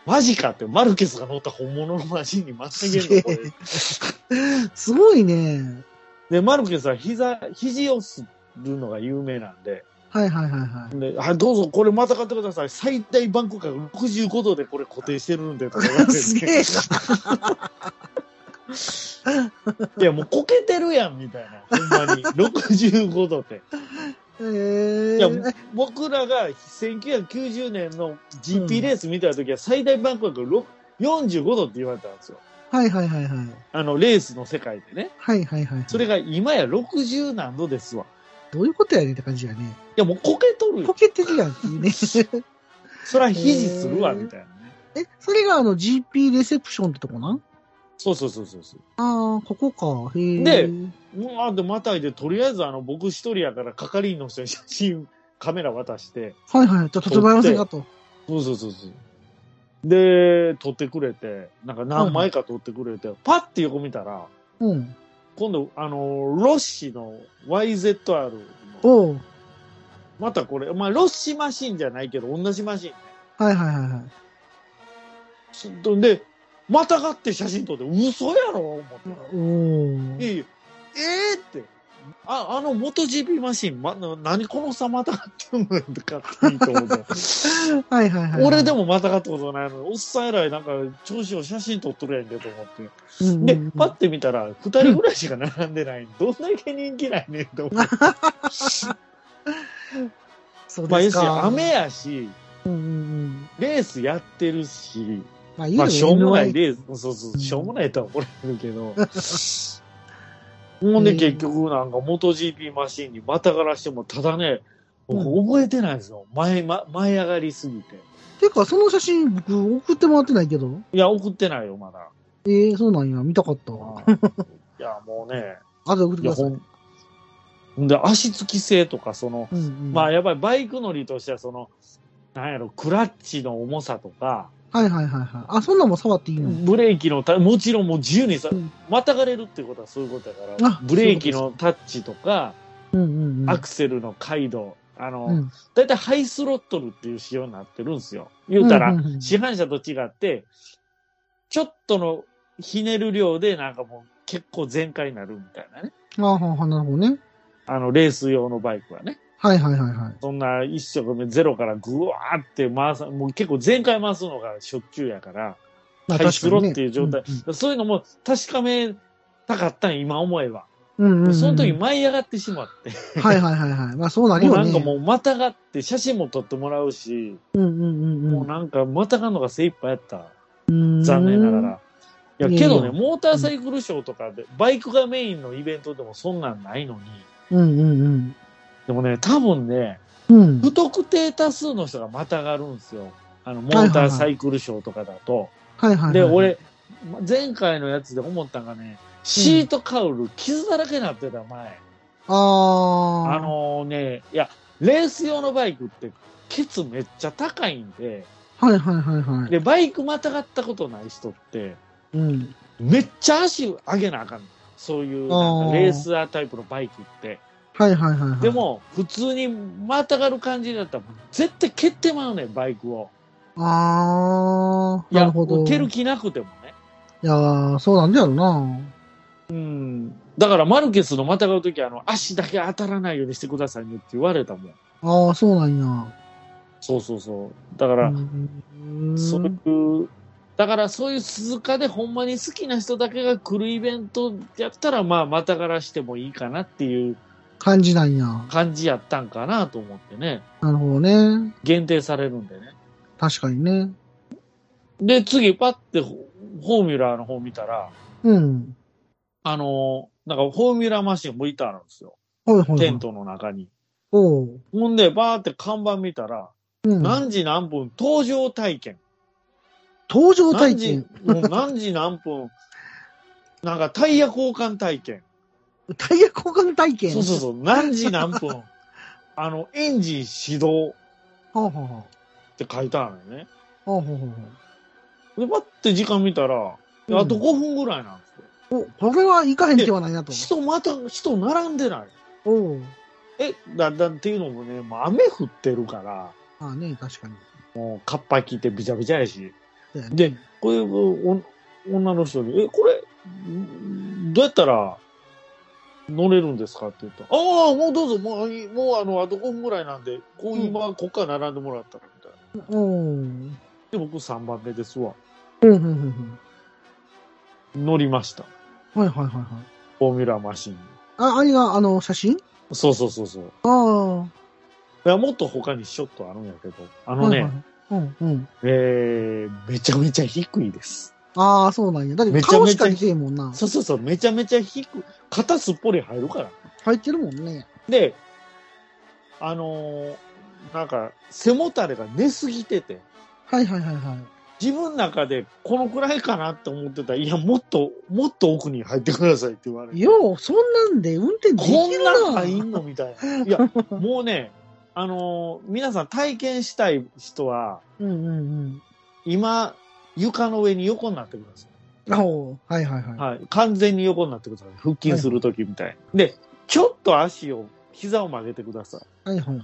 マジかって、マルケスが乗った本物のマシンにまたげるの、これ
すげえ すごいね。
で、マルケスは膝、肘をするのが有名なんで、
はいはいはいはい。
であどうぞこれまた買ってください最大バンク角65度でこれ固定してるんでとか言わ れて
すげえ
いやもうこけてるやんみたいなほんまに65度って
え
いや
ー、
僕らが1990年の GP レース見た時は最大バンク角ろ45度って言われたんですよ
はいはいはいはい。
あのレースの世界でね
はいはいはい。
それが今や60何度ですわ
どういうことやねんって感じやね。
いやもうこけとる
こ
よ
けてるやんっていう ね。
そら肘するわみたいなね
え、それがあの GP レセプションってとこなん
そうそうそうそうそう
ああ、ここか。へえ。
で、うわーってまたいで、とりあえずあの、僕一人やから係員の人に写真、 カメラ渡して、
はいはい。じゃあ、例えばませんかと。
そうそうそうそう。で、撮ってくれて、なんか何枚か撮ってくれて、パッて横見たら、
うん。
今度、あの、ロッシの YZR の、
おう。
またこれ、まあ、ロッシマシンじゃないけど、同じマシンね
はいはいはいはい。
そ。で、またがって写真撮って、嘘やろ思って。
おー
いやいやえーって。あ、あの、元 GP マシン、ま、な何この差またがってんのとかっていいと思って。
はいはいはい。
俺で
も。
もまたがったことないのに、おっさん偉い、なんか、調子を写真撮っとるやんけと思って。
うんうん
で
うん、
パッて見たら、二人ぐらいしか並んでない。どんだけ人気ないねんと思って。
そう
まあ、
で
要
す
するに
か。
雨。やし、
うんうんうん。
レースやってるし、
まあ、いいよ
まあ、しょうもない
で。
レース、そうそう、しょうもないとは怒られるけど。ほんで、結局、なんか、元 GP マシンにまたがらしても、ただね、
う
僕覚えてないんですよ。前、ま、前上がりすぎて。
てか、その写真、僕、送ってもらってないけど。
いや、送ってないよ、ま だ。
ええそうなんや。見たかったわ。
いや、もうね、
あと送って
い
く
や、
ださい。
ほん、ほんで、足つき性とか、その、
うんうん。
まあ、やっぱりバイク乗りとしては、その、なんやろ、クラッチの重さとか、
はいはいはいはい。あ、そんなんも触っていいの、
ブレーキのタもちろんもう自由にさ
うん、
またがれるってことはそういうことだから
あ、
ブレーキのタッチとか、
うんうんうん。
アクセルの回路、あの、
うん
だいたいハイスロットルっていう仕様になってるんですよ。言うたら、
うんうんうん
市販車と違って、ちょっとのひねる量でなんかもう結構全開になるみたいなね。
ああ、はあなるほどね。
あの、レース用のバイクはね。
はいはいはいはい。
そんな一色目ゼロからぐわーって回さ、もう結構全開回すのがしょっちゅうやから、
まあ
ハイ
確
ス
か
ロ
に
っ
ね
ていう状態。そういうのも確かめたかったん今思えば。
うんうんうんうんうん
その時舞い上がってしまって、
はいはいはいはい。まあそうなる
もうな
よ
ん
ね。
かもうまたがって写真も撮ってもらうし、
うんうんうんうん
もうなんかまたがるのが精一杯やった。
うん
残念ながら。いや、
いやいや
けどね、モーターサイクルショーとかで、バイクがメインのイベントでもそんなんないのに、
うんうんうん。
でもね、多分ね、
うん。
不特定多数の人がまたがるんですよ。あの、モーターサイクルショーとかだと。
はいはいはい。
で、、俺、前回のやつで思ったんがね、シートカウル、傷だらけになってた前。
ああ。
あ、のね、いや、レース用のバイクって、ケツめっちゃ高いんで、
はいはいはいはい。
で、バイクまたがったことない人って、
うん。
めっちゃ足上げなあかんのそういうなんかレースアータイプのバイクって
はいはいはいはい。
で、も普通にまたがる感じだったら絶対蹴ってまうねんバイクを
ああ。なるほど。
いや蹴る気なくてもね
いやー、そうなんだよな。
うんだからマルケスのまたがる時はあの足だけ当たらないようにしてくださいねって言われたもん
ああ、そうなんや。
そうそうそうだから、
うん
そういうだからそういう鈴鹿でほんまに好きな人だけが来るイベントやったらまあまたがらしてもいいかなっていう
感じなんや。
感じやったんかなと思ってね
なるほどね。
限定されるんでね
確かにね。
で、次、パってフォーミュラーの方見たら、
うん。
あのーなんかフォーミュラーマシンもいたんですよ。
はいはい、はい。
テントの中に。
おう。
ほんで、バーって看板見たら、
うん、
何時何分登場体験。
登場体
何時
験。、
もう何時何分、 なんかタイヤ交換体験。
タイヤ交換体験。
そうそう そう、何時何分、あの、エンジン始動
う。はあ、は
って書いてあるのね。
あ、はあ、はあ、は
で、パって時間見たら、あ
うん
と5分ぐらいなんですよ。
あ。お、これはいかへん手はないなと。
人また、人並んでない。
おう。
え、だんだんっていうのもね、もう雨降ってるから、
まあね、確かに。
もうカッパ着てびちゃびちゃやし。
だよね
で、これ、お女の人に、え、これ、んどうやったら乗れるんですかって言ったら、ああ、もうどうぞ、もういい、もうあの、あと5分ぐらいなんで、こう
うん
今、こっから並んでもらったら、みたいな。
おう。うん、
で、僕3番目ですわ。
うん、うん。
乗りました。
うんはいはいはいはい。
フォーミュラーマシンに。
あ、あれが、あの、写真
そうそうそうそう。い
ああ。は
や、もっと他にショットあるんやけど、あ
い
の
はい
ね、
はい。うん、うん。
えー、めちゃめちゃ低いです。
ああ、そうなんや。だって
めちゃ
顔
め
し
ちゃ
か出てへんもんな。
そうそうそう、めちゃめちゃ低く、肩すっぽり入るから。
入ってるもんね。
で、あのーなんか、背もたれが寝すぎてて、
はいはいはいはい。
自分の中でこのくらいかなって思ってたら、いや、もっと、もっと奥に入ってくださいって言われて。
よう、そんなんで運転でき
こん
る
なん
な。
入んのみたいな。いや、もうね、あのー皆さん体験したい人は、
うんうん
今、床の上に横になってください。
うん。あおうはいはいはい。
はい、完全に横になってください。腹筋するときみたいに。で、ちょっと足を、膝を曲げてください。
はいはいはい。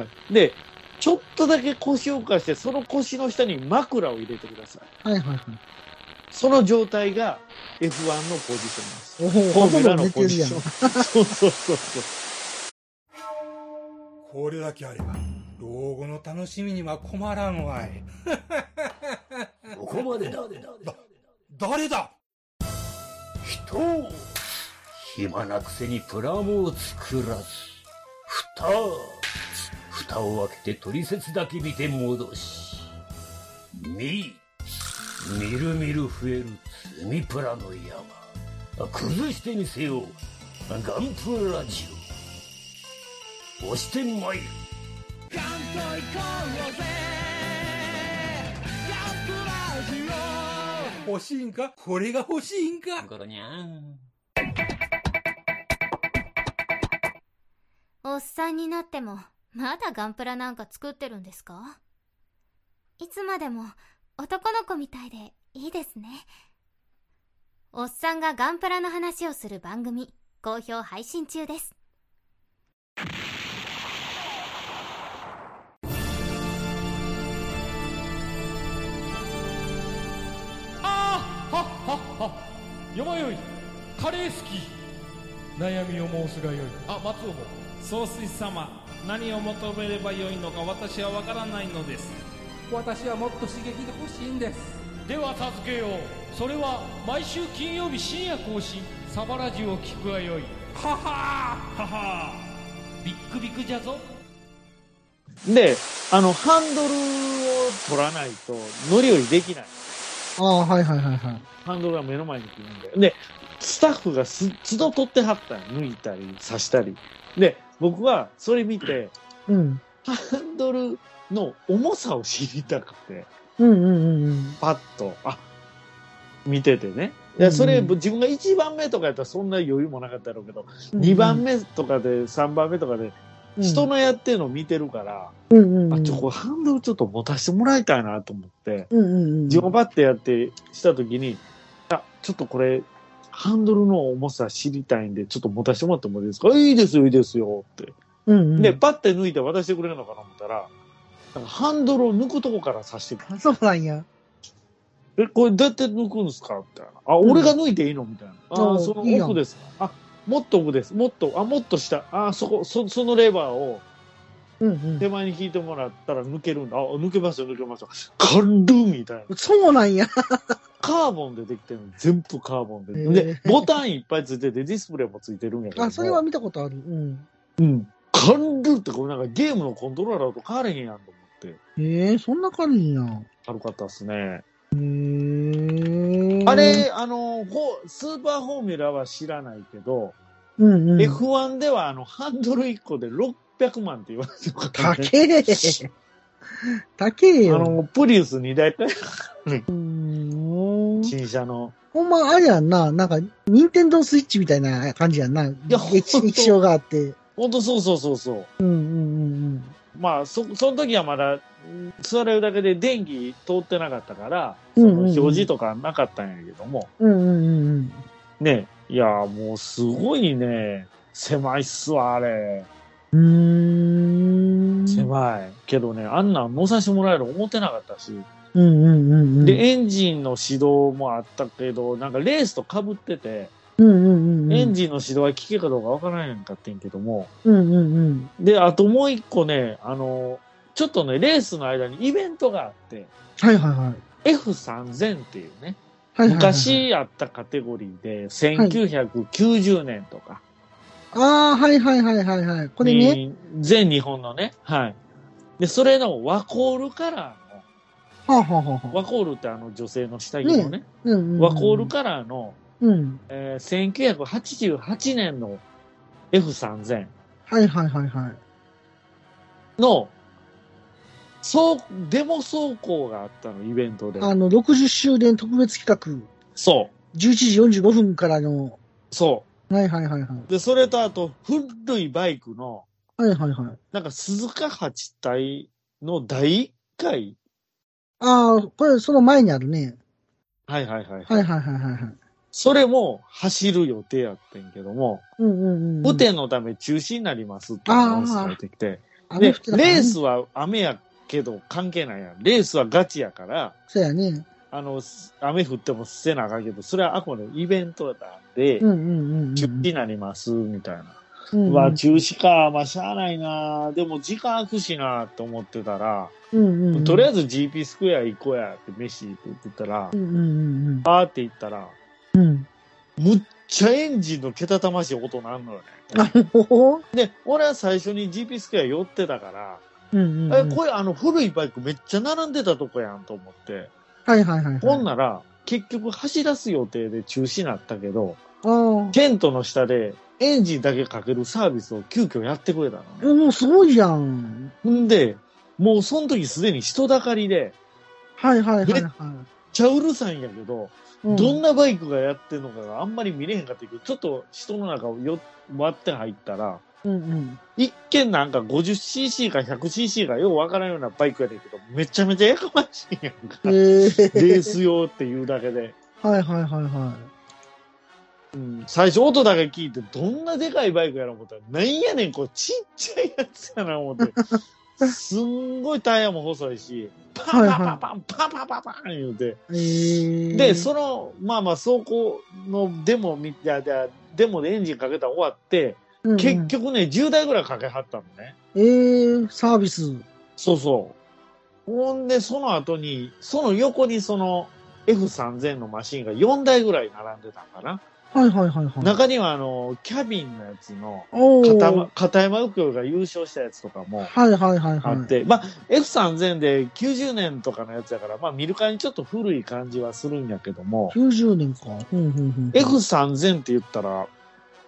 はい。で、ちょっとだけ腰を浮かして、その腰の下に枕を入れてください。
はいはいはい。
その状態が F1 のポジションです。
おお、
フォ
ほ
ーミュ
と
ラ
んど
の
寝
ポ
て
ジ
るやん
ショ。ン。そうそうそうそう。
これだけあれば老後の楽しみには困らんわい
ここまでだ
誰だ
人を暇なくせにプラモを作らず蓋蓋を開けて取説だけ見て戻し見みるみる増える積みプラの山崩してみせようガンプラジオ押してまいる
欲しいんかこれが欲しいんか
ころにゃん
おっさんになってもまだガンプラなんか作ってるんですかいつまでも男の子みたいでいいですね。おっさんがガンプラの話をする番組、好評配信中です。
あーはっはっはよまよいカレー好き悩みを申すがよいあ松尾も
総帥様何を求めればよいのか私は分からないのです
私はもっと刺激が欲しいんです
では助けようそれは毎週金曜日深夜更新サバラジュを聞くがよいははーははービックビックじゃぞ
で、あの、ハンドルを取らないと乗り降りできない。
ああ、はいはいはいはい。
ハンドルが目の前に来るんだよ。で、スタッフがす都度取ってはったん抜いたり、刺したり。で、僕はそれ見て、
うん。
ハンドルの重さを知りたくて、
うんうんうんうん。
パッと、あ、見ててね。いや、それ、
うん
自分が1番目とかやったらそんな余裕もなかったろうけど、2番目とかで、3番目とかで、
うん
人のやってるの見てるから、
うんうんうん。
あ、ちょ、これハンドルちょっと持たせてもらいたいなと思って、
うんうんうん。
自分バッてやってした時に、あ、ちょっとこれ、ハンドルの重さ知りたいんで、ちょっと持たせてもらってもいいですかいいですよ、いいですよ、って。
うんうん。
で、パッて抜いて渡してくれるのかな思ったら、なんかハンドルを抜くとこから刺してくる。
そうなんや。
え、これどうやって抜くんですかみたいな。あ、俺が抜いていいのみたいな。あ
う
あ、
ん
その
いいやん
奥ですか。あ、もっと奥です。もっと、あ、もっと下。あ、そこ、そそのレバーを
うんうん。
手前に引いてもらったら抜けるんだ。あ、抜けますよ、抜けますよ。軽っみたいな。
そうなんや。
カーボンでできてるの。全部カーボンで。
へー
で、ボタンいっぱいついてて、ディスプレイもついてるんやけど。
あ、それは。見たことある。うん。
軽るって、これなんかゲームのコントローラーと変われへんやんと思って。
ええそんな軽いんや。
軽かったっすね。
へえ。
あれ、あの、ほスーパーフォーミュラは知らないけど、
うんうん。
F1 ではあの、ハンドル1個で600万って言われてるから
高
ね
え。高え
あ
よ。
の、プリウス2台かな
うん
新車の。
ほんま、あれやんな、なんか、ニンテンドースイッチみたいな感じやんな。
や
液
ほんと
液晶があって。
ほんとそうそうそうそう。
うんうん
まあ、そ、その時はまだ、うん座れるだけで電気通ってなかったから、
うんうん
その
うん
表示とかなかったんやけども、
うんうん。うんうんうん
ね、いやー、もうすごいね、狭いっすわ、あれ。
うん。うーん。
狭い。けどね、あんなん乗させてもらえる思ってなかったし、
うんうんうんうん。
で、、エンジンの指導もあったけど、なんかレースと被ってて、
うんうんうん。
エンジンの指導は聞けかどうかわからないんかってんけども、
うんうんうん。
で、あともう一個ね、あの、ちょっとね、レースの間にイベントがあって、
はいはいはい。
F3000 っていうね、
はいはいはい、
昔あったカテゴリーで、1990年とか
ああ、はいはいはいはいはい。これね。
に、全日本のね、はい。で、それのワコールカラ
はあ、はあはあ
ーの、
はあ、
ワコールってあの女性の下着のね、
うんうんうん
ワコール。カラーの、
うん。
えー1988年の F3000
はいはいはいはい。
の、そう、デモ走行があったの、イベントで。
あの、60周年特別企
そ
画、11時45分からの、
う、そ
はいはいはいはい。
う。で、それとあと、古いバイクの、
はいはいはい。
なんか鈴鹿八体の第一回。
ああ、これその前にあるね。
はいはいはい。
はいはいはいはいはい。
それも走る予定やってんけども、
うんうんうん。
雨天のため中止になりますってアナウンスされてきて。
雨
で
降って、たからね
レースは雨やけど関係ないやん。レースはガチやから、
そうやね。
あの、す雨降ってもせなあかんけど、それはあくまでイベントだんで
う、んうんうんうん。
中止になります、みたいな。
うんうん
うわ、中止か。まあ、しゃあないな。でも時間空くしな、と思ってたら、
うんうんうん。
とりあ
え
えず GP スクエア行こうや、って飯行くって言ったら、
ず。うんうんうん
バーって行ったら、
うん。うん。
むっちゃエンジンのけたたましい音なんのよね。
あほほ
で、俺は最初に GP スクエア寄ってたから、
うんうん。
え、これあの古いバイクめっちゃ並んでたとこやんと思って、
はいはいはいはい。
ほんなら、結局走らす予定で中止になったけど、
あ
テントの下でエンジンだけかけるサービスを急遽やってくれたの
あ。
ね。
もうすごいじゃん。
んで、もうその時すでに人だかりで、
はいはいはいはい。
ちゃうるさいんやけど、
うん
どんなバイクがやってるのかがあんまり見れへんかったけど、ちょっと人の中をよ割って入ったら、
うんうん。
一見なんか 50cc か 100cc かようわからんようなバイクやねんけど、めちゃめちゃやかましいやんか。
え
レ
ー、
ース用っていうだけで。
はいはいはいはい。
うん最初音だけ聞いて、どんなでかいバイクやろ思ったら、なんやねん、これちっちゃいやつやな思って。 すんごいタイヤも細いし、パンパンパンパンパンパンパンパン言うて。
えー、
で、その、まあまあ、走行のデモみたいな、デモでエンジンかけたら終わって、
うんうん
結。局ね、10台ぐらいかけはったのね。
えー、サービス。
そうそう。ほんで、その後に、その横にその F3000 のマシンが4台ぐらい並んでたんかな。
はいはいはいはい。
中には、あの、キャビンのやつの、
おー
片山片山右京が優勝したやつとかも
はいはいはい
あっ
は
て、まあ、F3000 で90年とかのやつやから、まあ、見るからにちょっと古い感じはするんやけども
い。、90年か。うんうんうん。
F3000 って言ったら、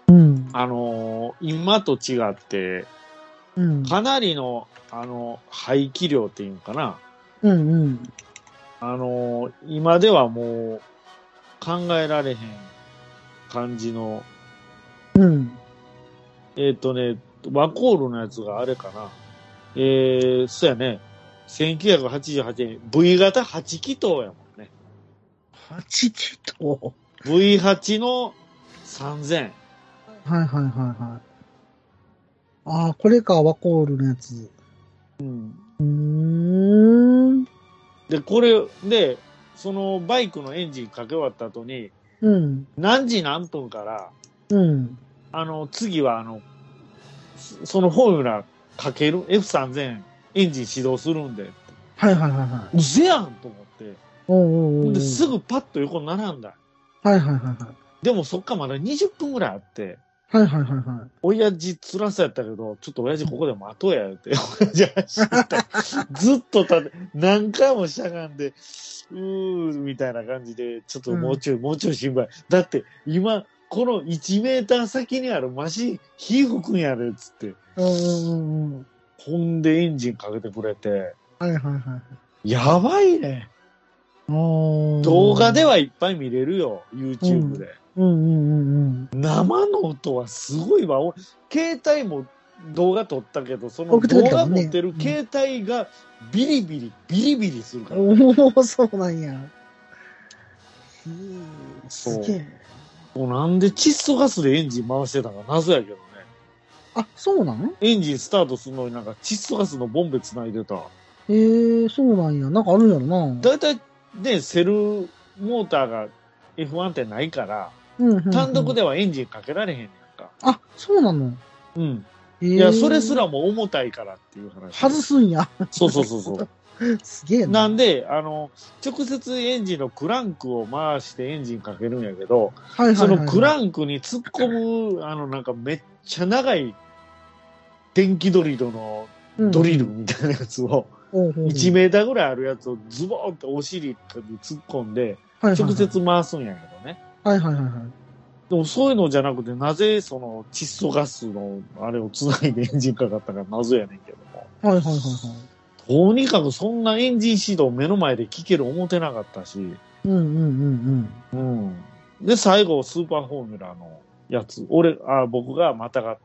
うん。
あのー今と違って、
うん。
かなりの、あの、排気量っていうんかな。
うんうん。
あのー今ではもう、考えられへん感じの、
うん。
えっ、とね、ワコールのやつがあれかな。えー、そうやね。1988年、V 型8気筒やもんね。
8気筒。
V8 の3000。
はいはいはいはい。ああ、これか、ワコールのやつ。うん。うーん。
で、これで、そのバイクのエンジンかけ終わった後に、
うん。
何時何分から、
うん。
あの、次は、あの、そそのフォーミュラかける ?F3000 エンジン始動するんで。
はいはいはいはい。
うせやんと思って。
おうおうおう
で、すぐパッと横に並んだ。
はいはいはいはい。
でもそっからまだ20分ぐらいあって、
はいはいはいはい。
親父辛さやったけど、ちょっと親父ここで待とうや、って。親父走った。ずっと立って、何回もしゃがんで、うー、みたいな感じで、ちょっともうちょい、もうちょい心配。だって、今、この1メーター先にあるマシン、火吹くんやで、つって。
うんうんうんうん。
ほんでエンジンかけてくれて、
はいはいはい。
やばいね。
おー
動画で。はいっぱい見れるよ、YouTube で。
うんうんうんうん。
生の音はすごいわ。俺携帯も動画撮ったけど、その
送ってく
動
れた
画
もんね
持ってる携帯がビリビリ、ビリビリするから。
おお、そうなんや。ひーすげえ。
もうなんで窒素ガスでエンジン回してたのか謎やけどね。
あ、そうなん
エンジンスタートするのになんか窒素ガスのボンベ繋いでた。
ええー、そうなんや。なんかあるんやろな。
だいたいね、セルモーターが F1 ってないから、
うんうんうん
単独。ではエンジンかけられへんやんか。
あ、そうなの。
うん。
えー
いや、それす。らも重たいからっていう話。
外すんや。
そうそうそうそう。
すげえな。
なんで、あの、直接エンジンのクランクを回してエンジンかけるんやけど、
はいはいは
そ
いはい、
のクランクに突っ込む、あの、なんかめっちゃ長い電気ドリルのドリルみたいなやつを、1
一
メーターぐらいあるやつをズボンってお尻に突っ込んで、
直
直。接回すんやけどね。
はいはいはいはい。
でもそういうのじゃなくて、なぜその窒素ガスのあれを繋いでエンジンかかったか謎やねんけども。
はいはいはいは
とにかくそんなエンジン指導目の前で聞ける思ってなかったし、
い。うんうんうん
うん。で、最後、スーパーフォーミュラのやつ、俺、あ僕がまたが、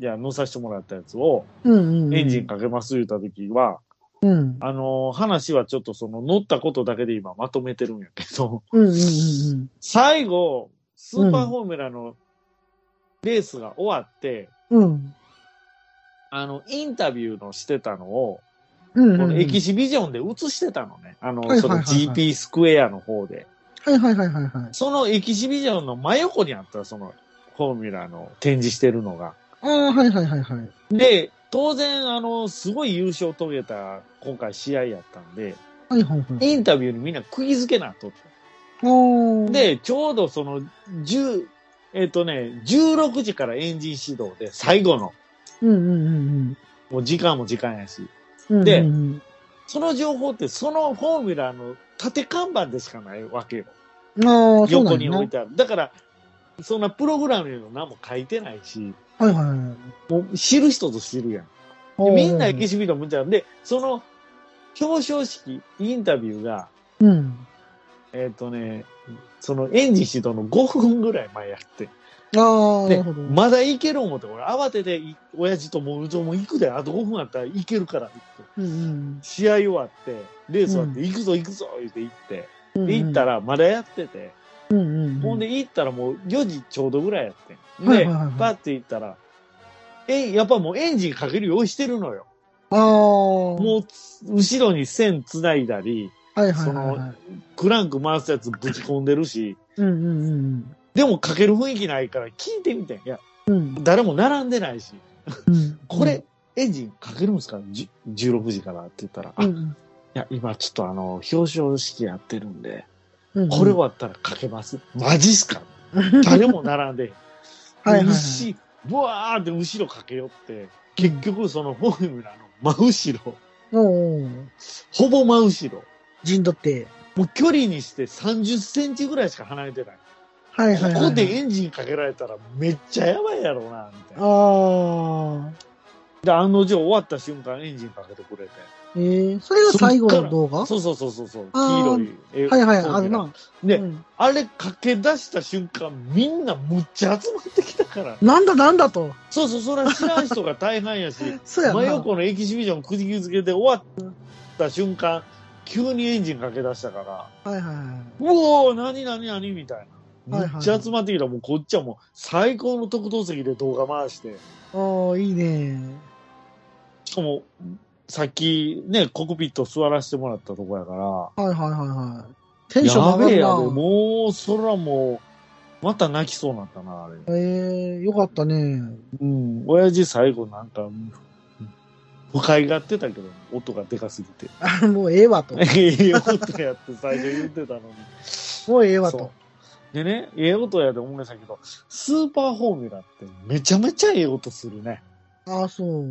いや、乗させてもらったやつを、
うん。うんうん、うん。
エンジン。かけます言った時は、
うん。
あのー話はちょっとその乗ったことだけで今まとめてるんやけど、
うんうんうん
最後、スーパーフォーミュラのレースが終わって、
うん。うん。
あの、インタビューのしてたのを、
うん
こ
う
の
ん、うん。
エキシビジョンで映してたのね。あ
は
の、
い
そ
はい
の
はいはい
GP スクエアの方で。
はいはいはいはいはい。
そのエキシビジョンの真横にあった、その、フォーミュラの展示してるのが。
ああ、はいはいはいはい。
で、当然、あの、すごい優勝を遂げた、今回試合やったんで、
はいはいはい。
インタビューにみんな釘付けなっとっ
お
て。
ー、
で、ちょうどその、10、えっ、とね、16時からエンジン始動で、最後の、
うんうんうん
もう時間も時間やし、
うん。
で
うんうん
その情報って、そのフォーミュラの縦看板でしかないわけよ。
うん、ああ、そうな
横
ん
に
やな
置いてある。だから、そんなプログラムの名も書いてないし、
はいはいはい
もう知る人ぞ知るやん。
おー。
みんなエキシビション見てたんで、その表彰式、インタビューが、
うん。
えっ、とね、その園児指導の5分ぐらい前やって。
ああ、な
で
るほど。
まだいける思って、俺慌ててい、親父ともう、うちも行くで、あと5分あったらいけるからって言って。
うん
試合終わって、レース終わって、行くぞ行くぞ言って行って。
うん。
で、行ったら、まだやってて。
うんうん。
ほんで行ったらもう4時ちょうどぐらいやってん。
はい
で
はいはいはい、
パッて行ったら、え、やっぱもうエンジンかける用意してるのよ。
ああ、も
もうつ、後ろに線つないだり、
う、はいはいはいはい。
クランク回すやつぶち込んでるし、
うんうんうん
でもかける雰囲気ないから聞いてみてん。いや、
うん。
誰も並んでないし、
うん。
これ、エンジンかけるんですかじゅ ?16 時からって言ったら、
う
あ、い
ん、
や、今ちょっとあの、表彰式やってるんで、
うん。
これ終わったらかけます。マジっすか誰も並んでへん。
はいはいはい
牛、ブワーって後ろ駆け寄って、結局そのフォーミュラの真後ろ、
おうん。
ほぼ真後ろ、
陣取って。
もう距離にして30センチぐらいしか離れてない。
はいはいはい。
ここでエンジンかけられたらめっちゃやばいやろうな、みたいな。
ああ。
で、案の定終わった瞬間エンジンかけてくれて。
えー、それが最後の動画
そうそうそうそうそう、
あー
黄色い。え
はいはい、
フォーミュラ
あるな。
で
うん
あれかけ出した瞬間、みんなむっちゃ集まってきたから。
なんだなんだと。
そうそう、それは知らん人が大半やし、
そうやな。
真横のエキシビジョンくじ付けで終わった瞬間、急にエンジンかけ出したから、
はいはいは
うおー、何何何みたいな。
はい
め
は
っ
い
ちゃ集まってきた。もうこっちはもう最高の特等席で動画回して、
い。おー、いいね。
しかも、さっきね、コクピット座らせてもらったとこやから、
はいはいはいはい。テンション
や
上が
べえ
る
やべえ、
な。
もう、そらもう、また泣きそうになったな、あれ。
えー、よかったね。
うん、親父最後なんか、不快がってたけど、音がでかすぎて。
あもうええわと。
ええことやって最初言ってたのに。
もうええわ
そう
と。
でね、ええ音やで思いましたけど、スーパーフォーミュラってめちゃめちゃええ音するね。
ああ、そう。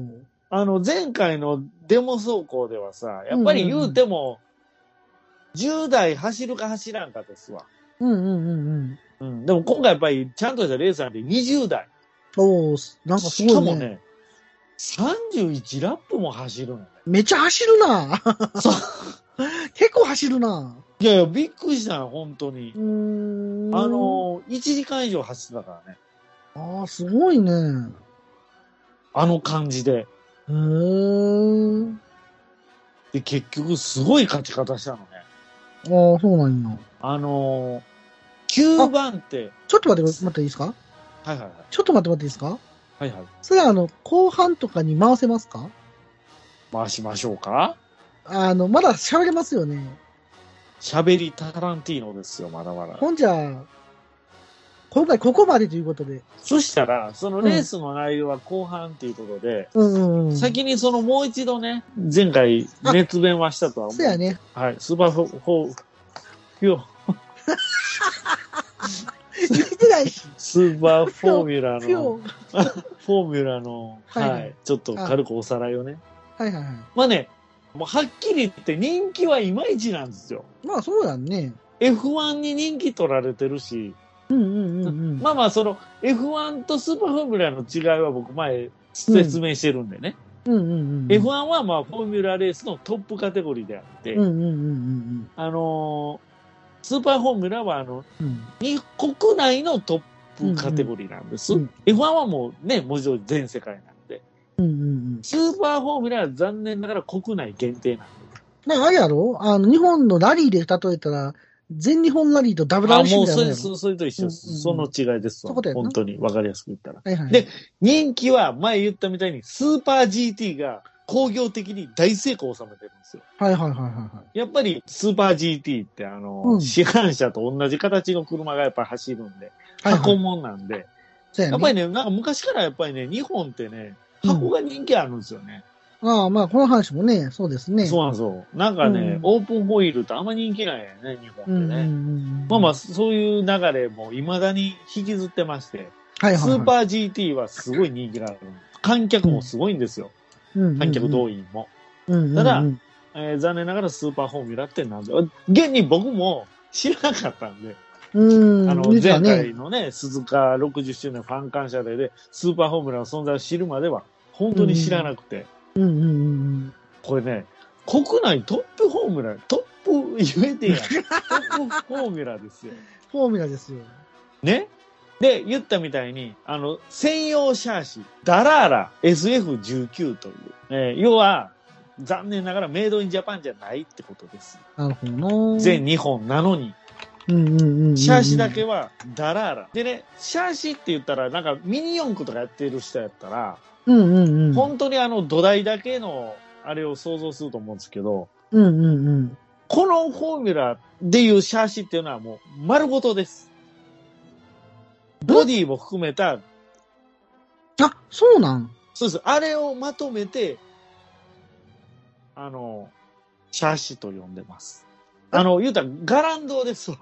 あの、前回のデモ走行ではさ、やっぱり言うても、10台走るか走らんかですわ。
うんうんうんうん。
うん。でも今回やっぱりちゃんとしたレースなんで20台。
おー、なんかす
しか
ごい
も
ね。
ね、31ラップも走るのね。
めっちゃ走るな。
そう
結構走るな。
いやいや、びっくりしたな、本当に
う。ーん。
あ、の、1時間以上走ってたからね。
ああ、すごいね。へ
あの感じで。
え。ー。
で、結局すごい勝ち方したのね。
ああ、そうなんや。
あのー、9番手。
ちょっと待って、待っていいですか
はいはいはい。
ちょっと待って待っていいですか
はいはい。
それはあの、後半とかに回せますか
回しましょうか。
あの、まだ喋れますよね。
喋りタランティーノですよ、まだまだ。
ほんじゃ、今回ここまでということで。
そしたら、そのレースの内容は後半っていうことで、
うんうんうん。
先にそのもう一度ね、前回熱弁はしたとは思う。
そうやね。
はい、スーパーフォフォフィオ
言ってないし。
スーパーフォーミュラの、
今日。
フォーミュラの、
はいは
はいい、ちょっと軽くおさらいをね。
はいはいはい。
まあね、もうはっきり言って人気はいまいちなんですよ。
まあそうやんね。
F1 に人気取られてるし、
うんうんうんうん。
まあまあ、その F1 とスーパーフォーミュラの違いは僕前説明してるんでね。
うんうんうん。
F1 はまあフォーミュラレースのトップカテゴリーであって、
うんうんうんうん
あのースーパーフォーミュラはあの、
うん
日国内のトップカテゴリーなんです。
うん
F1 はもうね、文字通り全世界なんで。
うん。うんうんうん。
スーパーフォーミュラは残念ながら国内限定なんです。
なんかあれやろあの、日本のラリーで例えたら、全日本ラリーとダブル
あ、
RC
もう
みたい
そ
なの
れ
や
そ
ろ
れそれと一緒です、
うんうんうん
その違いです
そうい
わ
うことやな
本当にわかりやすく言ったら。
はいはい。
で人気は前言ったみたいにスーパー GT が工業的に大成功を収めてるんですよ。
はいはいはいはいはい。
やっぱりスーパー GT ってあの、
うん
市販車と同じ形の車がやっぱり走るんで、
はいはい
箱もんなんで、
そうや
やっ
ね
ぱりね、なんか昔からやっぱりね、日本ってね、箱が人気あるんですよね。
ああ、まあ、この話もね、そうですね。
そうなんですよ。なんかね、
うん
オープンホイールってあんま人気ないよね、日本ってね。
うんうんうん。
まあまあ、
は
そういう流れも未だに引きずってまして、
いはいはい、
スーパー GT はすごい人気がある。観客もすごいんですよ。
ー
観客動員も。
うん、
ただ
うんうん
えー残念ながらスーパーフォーミュラってなんで、現に僕も知らなかったんで、
うん、
あの、
言ってた
前
ね。
回のね、鈴鹿60周年ファン感謝デーで、スーパーフォーミュラの存在を知るまでは、本当に知らなくて、
うんうんうんうん。
これね、国内トップホームラン、トップ言えてんや ん。ここフォーミュラですよ。
フォーミュラですよ。
ねで、言ったみたいに、あの、専用シャーシ、ダラーラ SF19 という、えー要は、残念ながらメイドインジャパンじゃないってことです。
なるほどな。
全2本なのに、
うんうんうんうんうん
シャーシだけ。はダラーラ。でね、シャーシって言ったら、なんかミニ四駆とかやってる人やったら、
うんうんうん。
本当にあの土台だけの、あれを想像すると思うんですけど、
うんうんうん。
このフォーミュラでいうシャーシっていうのはもう丸ごとです。ボディも含めた、
あ、そうなん。
そうです。あれをまとめて、あの、シャーシと呼んでます。あの、言うたら、ガランドですわ。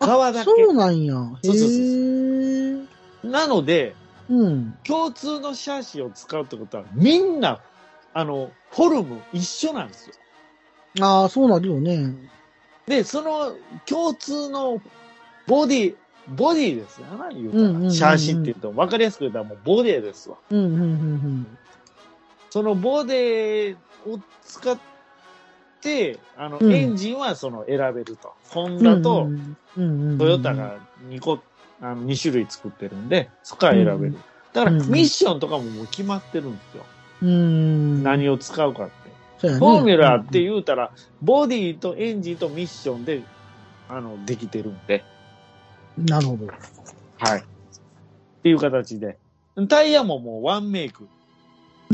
あ
側だけ
そうなんや。へ
そうそうそうそう
ー
なので、
うん。
共通のシャーシを使うってことは、みんな、あの、フォルム一緒なんですよ。
ああ、そうなるよね。
で、その共通のボディ、ボディですよな、言うたら。
うんうんうんうん
シャーシって言うと、わかりやすく言うたらもうボディですわ。
うんうんうん
そのボディを使って、あの、
うん
エンジンはその選べると。ホン
うん。
ダとト
ト
ヨタが2個、あの2種類作ってるんで、そこから選べ
うん
る。だから、
うんうん
ミッションとかももう決まってるんですよ。
うん。
何を使うかって。
そうやね
フォーミュラーって言うたら、ボディとエンジンとミッションで、あの、できてるんで。
なるほど。
はい。っていう形で。タイヤももうワンメイク。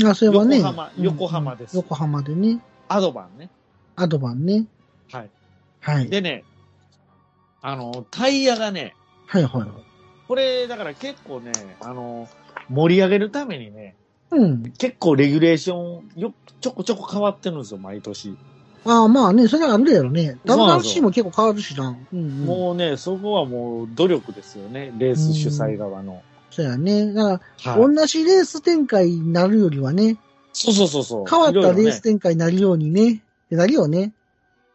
あ、それはね。
横浜横浜です
横浜でね。
アドバンね。
アドバンね。
はい。
はい。
でね、あの、タイヤがね、
はいはい。
これ、だから結構ね、あの、盛り上げるためにね、
うん。
結構レギュレーションよ、ちょこちょこ変わってるんですよ、毎年。
ああ、まあね、それはあるやろね。
そうなんです
WRC も結構変わるしな。うんうん。
もうね、そこはもう努力ですよね、レース主催側の。
そうやね。だから、
はい。
同じレース展開になるよりはね、
そうそうそうそう。
変わっ
いろ
た
いろ
レ
ね
ース展開になるようにね、ってなるよね。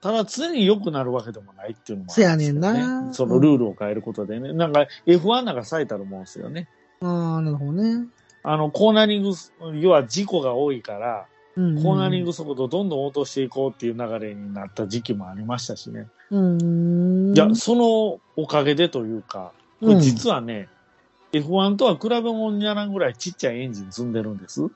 ただ常に良くなるわけでもないっていうのもあ
そや
る
ねん
んですよね。
な
そのルールを変えることでね。なんか F1 なんか最たるもんですよね。
ああ、なるほどね。
あの、コーナリング、要は事故が多いから、
うん、うん。
コーナリング速度をどんどん落としていこうっていう流れになった時期もありましたしね。
うん。
いや、そのおかげでというか、これ実はね、F1 とは比べ物にならんぐらいちっちゃいエンジン積んでるんです。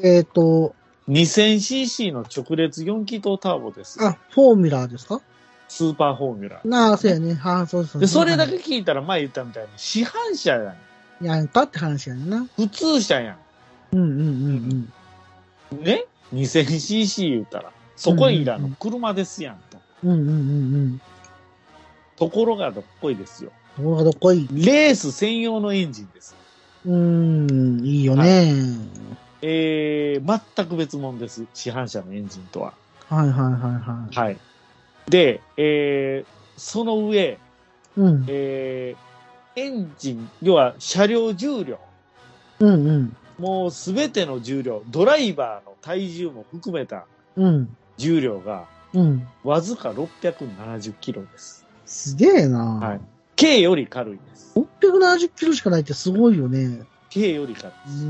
えっ、と、
2000cc の直列4気筒ターボです。
あ、フォーミュラーですか
スーパーフォーミュラー。
なあ、そうやね。はあ、そうそう
で、それだけ
い
聞いたら前言ったみたいに、市販車やん。
やんかって話やねんな。
普通車やん。
うんうんうん
ね 2000cc 言うたら、そこいらの車ですやんと。
うん。うんうんうんうん。
ところがどっこいですよ。
ところがどっこい。
レース専用のエンジンです。
うーん、いいよね。
えー、全く別物です。市販車のエンジンとは。
はいはいはいは
はい。で、えー、その上、
い。うん。
えー、エンジン、要は車両重量、
うんうん。
もうすべての重量、ドライバーの体重も含めた
うん。
重量が、
うん。
わずか670キロです。
すげえな。
はい。軽より軽いです。
670キロしかないってすごいよね。
軽より軽い。
うー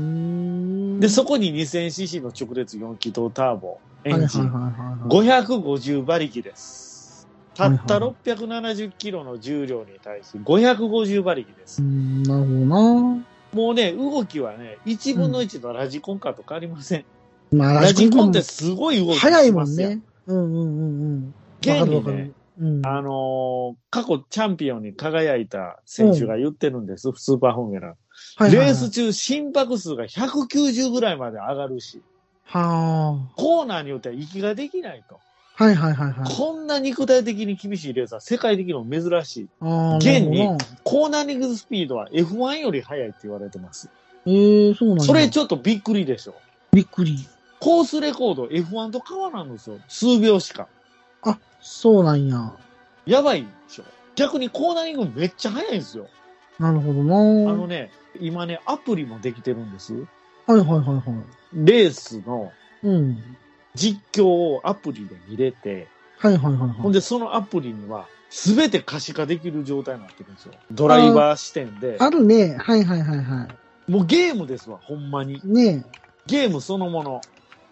ん。
で、そこに 2000cc の直列4気筒ターボ、エンジン、
はいはいはいはいはい、
550馬力です。たった
はいは
670キロの重量に対して550馬力で
う
す
ー。ん、なるほどな。
もうね、動きはね、1分の1のラジコンカーと変わりません。
まあ、
ラジコンって
ラ
すごい動
ジコンも
きしますよ
早いもんね。。うんうんうんうん。わ
現
かるわ
に
か
ね
る、。うん。
あのー過去チャンピオンに輝いた選手が言ってるんです、スーパーフォーミュラー。
はいはいはい
レース中、心拍数が190ぐらいまで上がるし、
は
コーナーによっては息ができないと。
あ。はいはいはいはい。
こんな肉体的に厳しいレースは世界的にも珍しい。
ああ、
現に
なるほどな。
コーナーリングスピードは F1 より速いって言われてます。
ええそうなんだ。
それちょっとびっくりでしょ。
びっくり。
コースレコード F1 と変わらんですよ。数秒しか。
あ、そうなんや。
やばいでしょ。逆にコーナーリングめっちゃ速いんですよ。
なるほど
あ
な。
のね、今ね、アプリもできてるんです。
はいはいはいはい。
レースの
うん。
実況をアプリで見れて、
はいはいはい
ほん
はい。
でそのアプリには全て可視化できる状態になってるんですよ。ドライバー視点で。
あるね。はいはいはいは
もうゲームですわ、ほんまに。
い。ね
ゲームそのもの。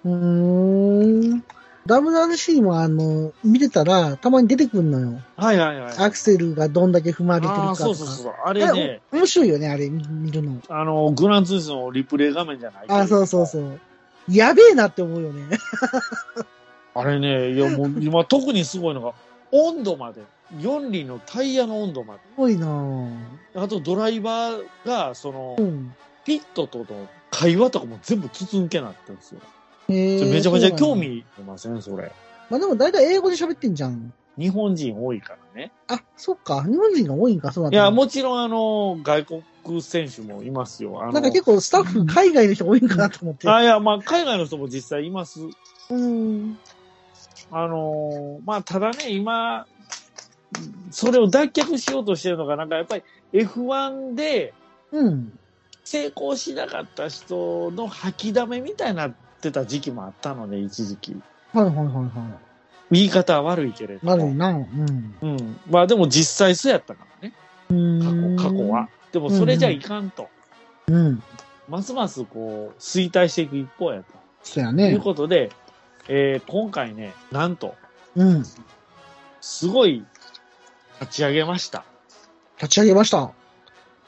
え。うーん。 WRC もあの、見てたら、たまに出てくんのよ。
はいはいはい。
アクセルがどんだけ踏まれてる
あ
か
あ、
とか。
そうそうそう。あれ
あ
ね
れ、、お面白いよね、あれ、見見るの。
あの、グランツーリスモのリプレイ画面じゃない
あ、そうそう
う。
そう。やべえなって思うよね。、
あれね、いやもう今特にすごいのが、温度まで、4輪のタイヤの温度まです
ごいなぁ。
あとドライバーが、その、
うん。
ピットとの会話とかも全部筒抜けになってるんですよ。
へ
それ
え
めちゃめちゃ興。
そうなんや
味ありません、それ。
まあでも大体英語で喋ってんじゃん。
日本人多いからね。
あ、そっか。日本人が多いんか、そうなん
い
だ
や、もちろん、あの、外国選手もいますよ。あの
なんか結構スタッフ、海外の人多いんかなと思って。
あいや、まあ、海外の人も実際います。
うん。
あのーまあ、ただね、今、それを脱却しようとしてるのが、なんかやっぱり F1 で
うん。
成功しなかった人の吐き溜めみたいになってた時期もあったので、一時期。
はいはいはいは
言い方は悪いけれ
い。
ども。
悪いな。うん。
うん。まあ、でも実際そうやったからね。過
過
去、過去は。。でもそれじゃいかんと。
うん。
ますますこう、衰退していく一方やと。
そうや
という
ね。
ことで、えー今回ね、なんと、
うん。立
すごい、立ち上げました。
ち上げました。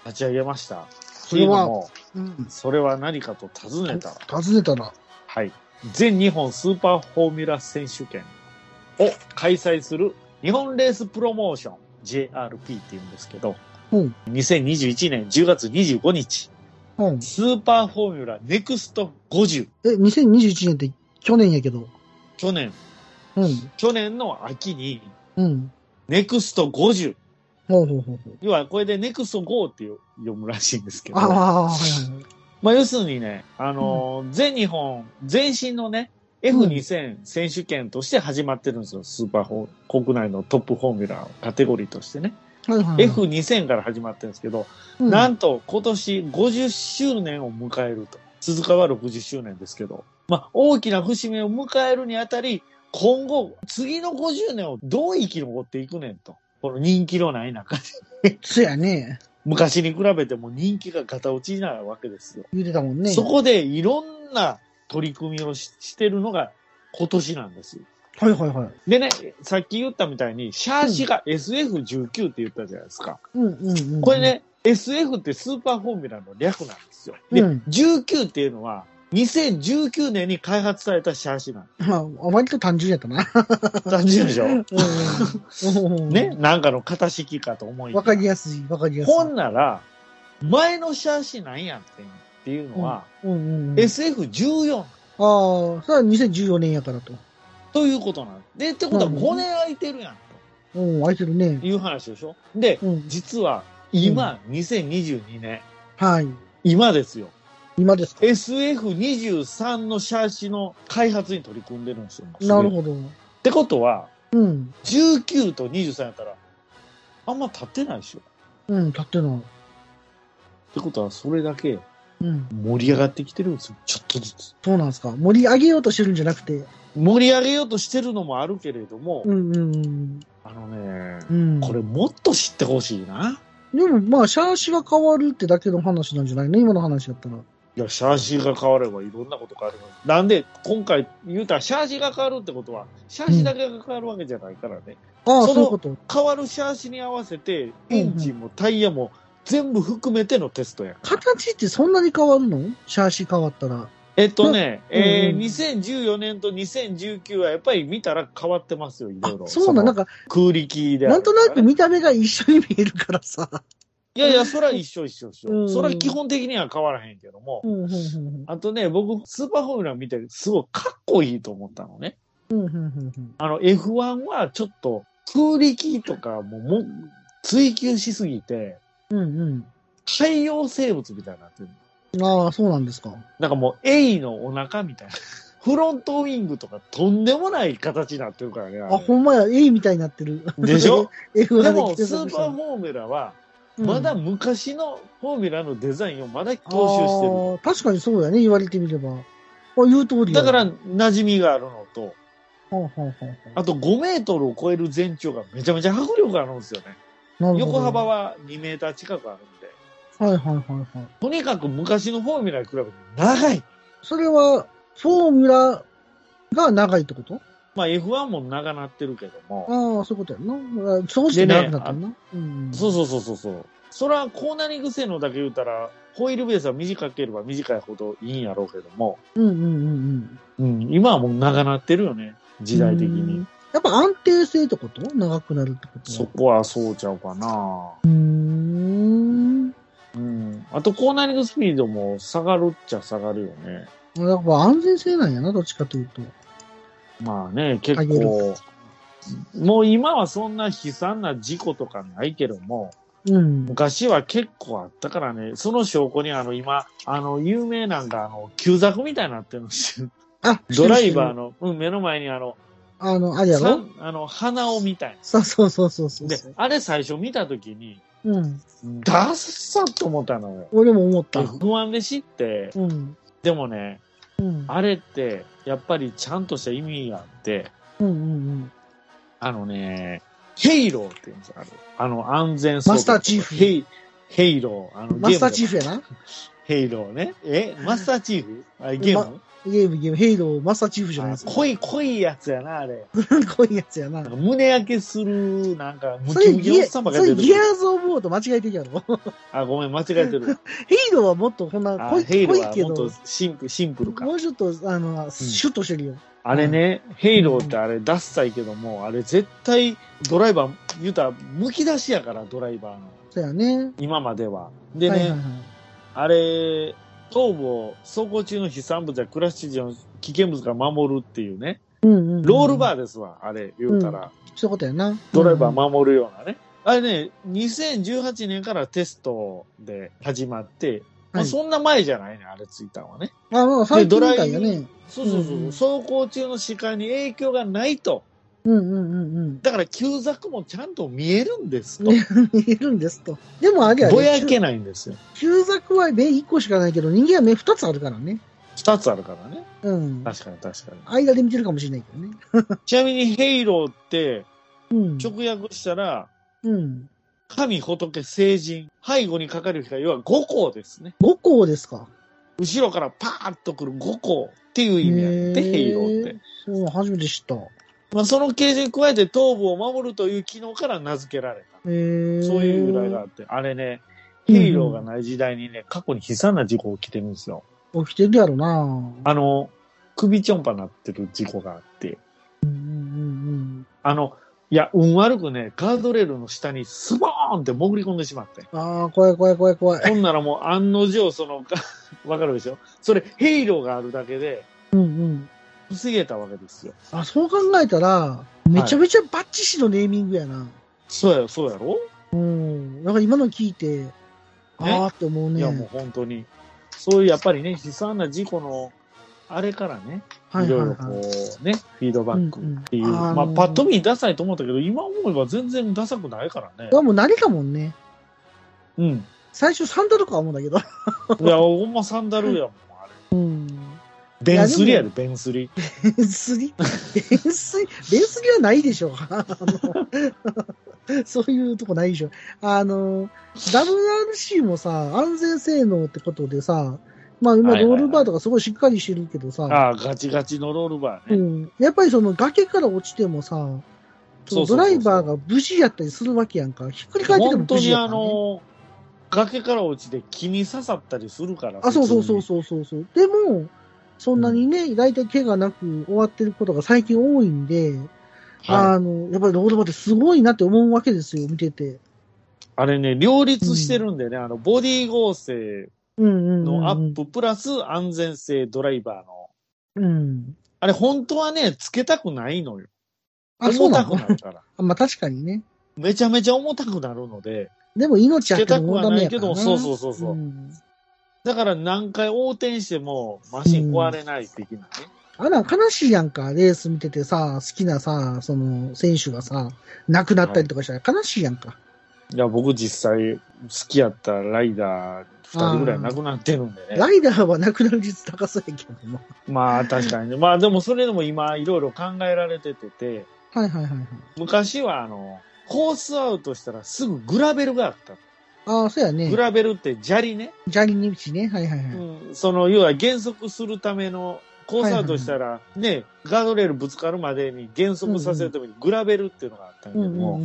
立ち上げました。
それ
という
は
のも
うん。
それは何かと尋ねたら、
尋ねたら。
はい。全日本スーパーフォーミュラ選手権を開催する日本レースプロモーション JRP って言うんですけど、
うん
2021年10月25日、
うん。
スーパーフォーミュラネクスト50。
え、2021年って去年やけど。
去年、
うん。
去年の秋に
うん。
ネクスト50。
ほうほうほうほう。
要はこれでネクスト5っていう読むらしいんですけど。
ああ、はいはいはい。
まあ要するにね、あのー全日本、前身のね、F2000 選手権として始まってるんですよ。スーパーホー、国内のトップフォーミュラーカテゴリーとしてね。
はいはいはい、
F2000 から始まってるんですけど、
うん
なんと今年50周年を迎えると。鈴鹿は60周年ですけど、まあ大きな節目を迎えるにあたり、今後、次の50年をどう生き残っていくねんと。この人気のない中で、
そうやね。
昔に比べても人気がガタ落ちなわけですよ。
言うてたもんね。
そこでいろんな取り組みをししてるのが今年なんです。
はいはいはい。
でね、さっき言ったみたいに、シャーシが SF19 って言ったじゃないですか。
うんうんうんうん。
これ。ね、SF ってスーパーフォーミュラの略なんですよ。で、
うん
19っていうのは、2019年に開発されたシャーシなん で
まあ、割と単純やったな。
す。単純でしょ
うん
ね、。なんかの型式かと思いきや
わかりやすい、わかりやすい。
ほんなら、前のシャーシなんやってんっていうのは、
うんうんうん、
SF14
ああ、それは2014年やからと。
ということなんで、ってことは
うん
5年空いてるやん
うん、空いてるね
と。いう話でしょ。で、
うん。
実は今、2022年、
はい。
今ですよ、
今ですか。
SF23 のシャーシの開発に取り組んでるんですよ。
なる
ど。
ほど。
ってことは、
うん。
19と23やったら、あんま経ってないでしょ。
うん、立ってない。
ってことは、それだけ
うん。
盛り上がってきてるんですよ。ちょっとずつ。
そうなんですか。盛り上げようとしてるんじゃなくて。
盛り上げようとしてるのもあるけれども、
うんうんうん。
あのね、
うん。
これもっと知ってほしいな。
でも、まあ、シャーシが変わるってだけの話なんじゃないの今の話だったら。
いや、シャーシーが変わればいろんなこと変わるのになんで、今回言うたら、シャーシーが変わるってことは、シャーシーだけが変わるわけじゃないからね。
ああ、
その
そういうこと。
変わるシャーシーに合わせて、エンジンもタイヤも全部含めてのテストやから。
形ってそんなに変わるのシャーシ変わったら。
えっとね、
うん
えー、
うん
2014年と2019はやっぱり見たら変わってますよ、い
あ
ろい、ろ。
そうなん、なん
か
か、
空力であ
な
る
ん
と
と
かね、
なく見た目が一緒に見えるからさ。
いやいや、そら一緒一緒一緒。
うん
そら基本的には変わらへんけども。
うん、うん、うん。
あとね、僕、スーパーフォーミュラー見て、すごいかっこいいと思ったのね。
うん、うん、うん。
あの F1 はちょっと空力とかもも追求しすぎて
うん、
海洋生物みたいになってる。
うん。ああ、そうなんですか。
なんかもうエイのお腹みたいな。フロントウィングとかとんでもない形になってるからね。あれ
あ、ほんまや、A みたいになってる。
でしょ
?F1
で
で
も
来て
スーパーフォーミュラはまだ昔のフォーミュラのデザインをまだ踏襲してる。
る。確かにそうやね、言われてみれば。あ、言う通りや
だから、馴染みがあるのと、
ほうほうほう
あと5メートルを超える全長がめちゃめちゃ迫力があるんですよね。
なるほど
横幅は2メーター近くあるんで。
はいはいはいはい。
とにかく昔のフォーミュラに比べて長い。
それは、フォーミュラが長いってこと
まあ F1 も長なってるけども、
ああ、そういうことやんな。そうして長くなったんな。うん。
そうそうそうそうそう。そら、コーナリング性能だけ言うたら、ホイールベースは短ければ短いほどいいんやろうけども、
うんうんうんうん。
うん、今はもう長なってるよね、時代的
う
に
ん。。やっぱ安定性ってこと長くなるってことは
そこはそうちゃうかな。
うーん。
うん。あと、コーナリングスピードも下がるっちゃ下がるよね。
やっぱ安全性なんやな、どっちかというと。
まあね、結
上げ
構、もう今はそんな悲惨な事故とかないけども、
うん。
昔は結構あったからね、その証拠にあの今、あの有名なんかあの、旧作みたいになってるんです よ。
あ、
ドライバーの、うん、目の前にあの、
あの、あれや
さ
ろ
んあの、鼻をみたい
そうそうそうそうそ
な。
う。
で、あれ最初見たときに、
うん。
ダッサッと思ったのよ。
俺も思った。
不安で知って、
うん。
でもね、
うん。
あれって、やっぱりちゃんとした意味があって、
うんうんうん。
あのね、ヘイローって言うんですよ。あれあの、安全装備
マスターチーフ
ヘイ、ヘイロー。あの
マスターチー
フ。
フやな。
ヘイローね。えマスターチーフあれゲーム、
ゲーム、ゲーム、ヘイロー、マスターチーフじゃない
あ
ですか。
濃い、濃いやつやな、あれ。
こういうやつやな
なん。か胸焼けする、なんか、ム
そ
キ
れ
ムキの
ギ
おっ
ア、
さ
そ
んばっかり
れ
出てく
ギ
る
ア。ーズ・オブ・オーと間違えてるやろ。
あ、ごめん、間違えてる。
ヘイローはもっとこんな
あ
濃い、
ヘイロ
濃
ー
い
は
け
もっ
ど
と、シンプルシンプルか
も。うちょっと、あの、シュッとしてるよ。
あれね、ヘイローってあれ、ダッサいけども、あれ絶対、ドライバー、言うたら、むき出しやから、ドライバーの。
そうやね。
今までは。でね、
はいはいはい
あれ、頭部を走行中の飛散物やクラッシュ時の危険物から守るっていうね、
うんうんうん。
ロールバ
ー。
ーですわ、あれ、言うたら、
そういうことやな。
ドライバー守るようなね。あれね、2018年からテストで始まって、まあ
はい
そんな前じゃないね、あれついたんはね。
うんあ、まあ、最近みたいやね。
そうそうそう、
うん
走行中の視界に影響がないと。
うんうんうんうん。
だから、旧ザクもちゃんと見えるんですと。
見えるんですと。でもあれや
ぼやけ
ね。
ないんですよ。
旧作は目1個しかないけど、人間は目2つあるからね。
二つあるからね。
うん。
確かに確か に。
間で見てるかもしれないけどね。
ちなみに、ヘイローって
うん。
直訳したら、
うん。
神、仏、聖人、背後にかかる光は五光ですね。
5個ですか。
後ろからパーッとくる五光っていう意味やって、
へー
ヘイローって。
うん、初めて知った。へ
まあ、その形状に加えて頭部を守るという機能から名付けられた。
え。
そういう由来があって、あれね、ヘイローがない時代にね、過去に悲惨な事故起きてるんですよ。
起きてるやろな
あの、首ちょんぱなってる事故があって、
うん
あの、いや、運悪くね、ガードレールの下にスボーンって潜り込んでしまって。
うん。ああ、怖い怖い怖い怖い。
ほんならもう案の定、その、 わかるでしょそれ、ヘイローがあるだけで、
うんうん。
防げたわけですよ。
あ、そう考えたら、めちゃめちゃバッチシのネーミングやな。
そうやろ、そうやろ、
うん。なんか今の聞いて、ああって思う
い
ね。
や、もう本当に。そういう、やっぱりね、悲惨な事故の、あれからね、
はい
い
はい
ろい
は
ろ
い。
こう、ね、フィードバックっていう。
うんうんあー
まあ、パッと見ダサいと思ったけど、今思えば全然ダサくないからね
う。わもう慣れたもんね。
うん。
最初サンダルか思うんだけど。
いや、ほんまサンダルやもん、あれ。ベンスリやで、ベンスリ。
便水便水便水はないでしょ。あの そういうとこないでしょ。あの、WRC もさ、安全性能ってことでさ、まあ今
はいはい
ロ
は
ー
い
ルバーとかすごいしっかりしてるけどさ、
ああ、ガチガチのロールバーね。
うん、やっぱりその崖から落ちてもさ、そ
そうそうそう
の
そう
ドライバーが無事やったりするわけやんか。ひっくり返ってても
本当
無事
に
や
あ
から、ね。
の、崖から落ちて気に刺さったりするから。
あ、そうそうそう
普通
そうそうそう。でも、そんなにね、大体怪我なく終わってることが最近多いんで、
に。はい
あの、やっぱりロードバーってすごいなって思うわけですよ、見てて。
あれね、両立してるんでね、あの、ボディ合成
うんうん、うん。
のアッププラス安全性ドライバーの。
うん。
あれ、本当はね、つけたくないのよ。
あ、そう
重
な
たく
の
なるから。
あまあ確かにね。
めちゃめちゃ重たくなるので、
でも命あっても問題
つ
やから
けたくはないけどそうそうそうそう
うん
だから何回横転してもマシン壊れない的なね。
あら、悲しいやんか、レース見ててさ、好きなさ、その、選手がさ、亡くなったりとかしたら悲しいやんか。
いや、僕実際好きやったライダー2人ぐらい亡くなってるんでね。
ライダーは亡くなる率高そうやけども。
まあ確かにね。まあでもそれでも今いろいろ考えられててて、
はいはいはいはい。
昔はあの、コースアウトしたらすぐグラベルがあった。
ああ、そうやね
グ。ラベルって砂利ね。
砂利に道ね。はいはいはい。
うんその要は減速するためのコンサートしたら、ね、ガードレールぶつかるまでに減速させるためにグラベルっていうのがあったんやけども、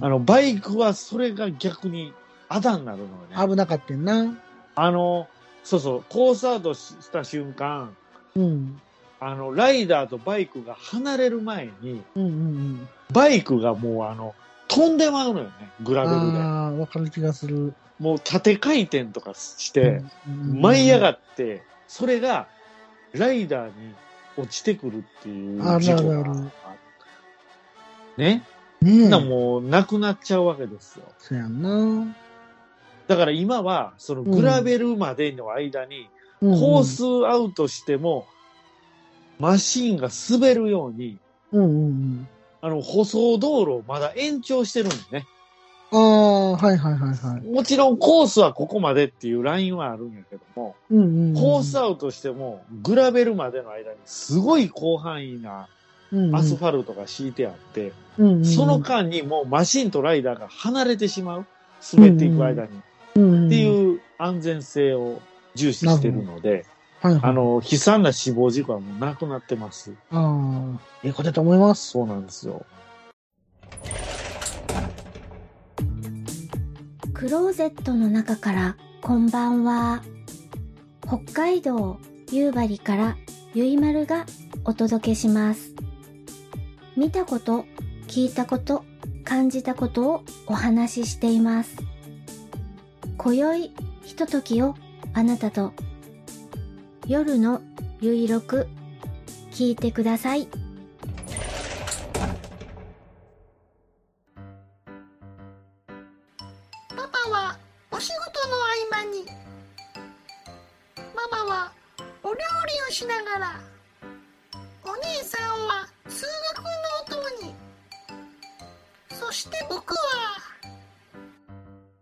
あの、バイクはそれが逆にあだになるのよね。
危なかったんな。
あの、そうそう、コンサートした瞬間、
うん。
あの、ライダーとバイクが離れる前に、
うんうんうん。
バイクがもうあの、飛んでまうのよね、グラベルで。
ああ、わかる気がする。
もう縦回転とかして、
うん
舞い上が
っ
って、それが、ライダーに落ちてくるっていう
あ
事故
なるほ
が
ど。
ね。
ね
そ
え
んなもうなくなっちゃうわけですよ。
そうやんな。
だから今は、そのグラベルまでの間に、コ
コ
ー。スアウトしても、マシンが滑るように、
うんうん
あの、舗装道路をまだ延長してるんですね。
うん。ああ、はいはいはいはい。
もちろんコースはここまでっていうラインはあるんやけども、
うんうんうん。
コースアウトしても、グラベルまでの間にすごい広範囲な
うんうん
アスファルトが敷いてあって、
うんうん
その間にもうマシンとライダーが離れてしまう。滑っていく間に。っていう安全性を重視してるので、
はいはい
あの、悲惨な死亡事故はもうなくなってます。
ああ、ええことだと思います。
そうなんですよ。
クローゼットの中からこんばんは北海道夕張からゆいまるがお届けします見たこと聞いたこと感じたことをお話ししています今宵ひとときをあなたと夜のゆいろく聞いてください
パパはお仕事の合間にママはお料理をしながらお姉さんは通学のお供にそして僕は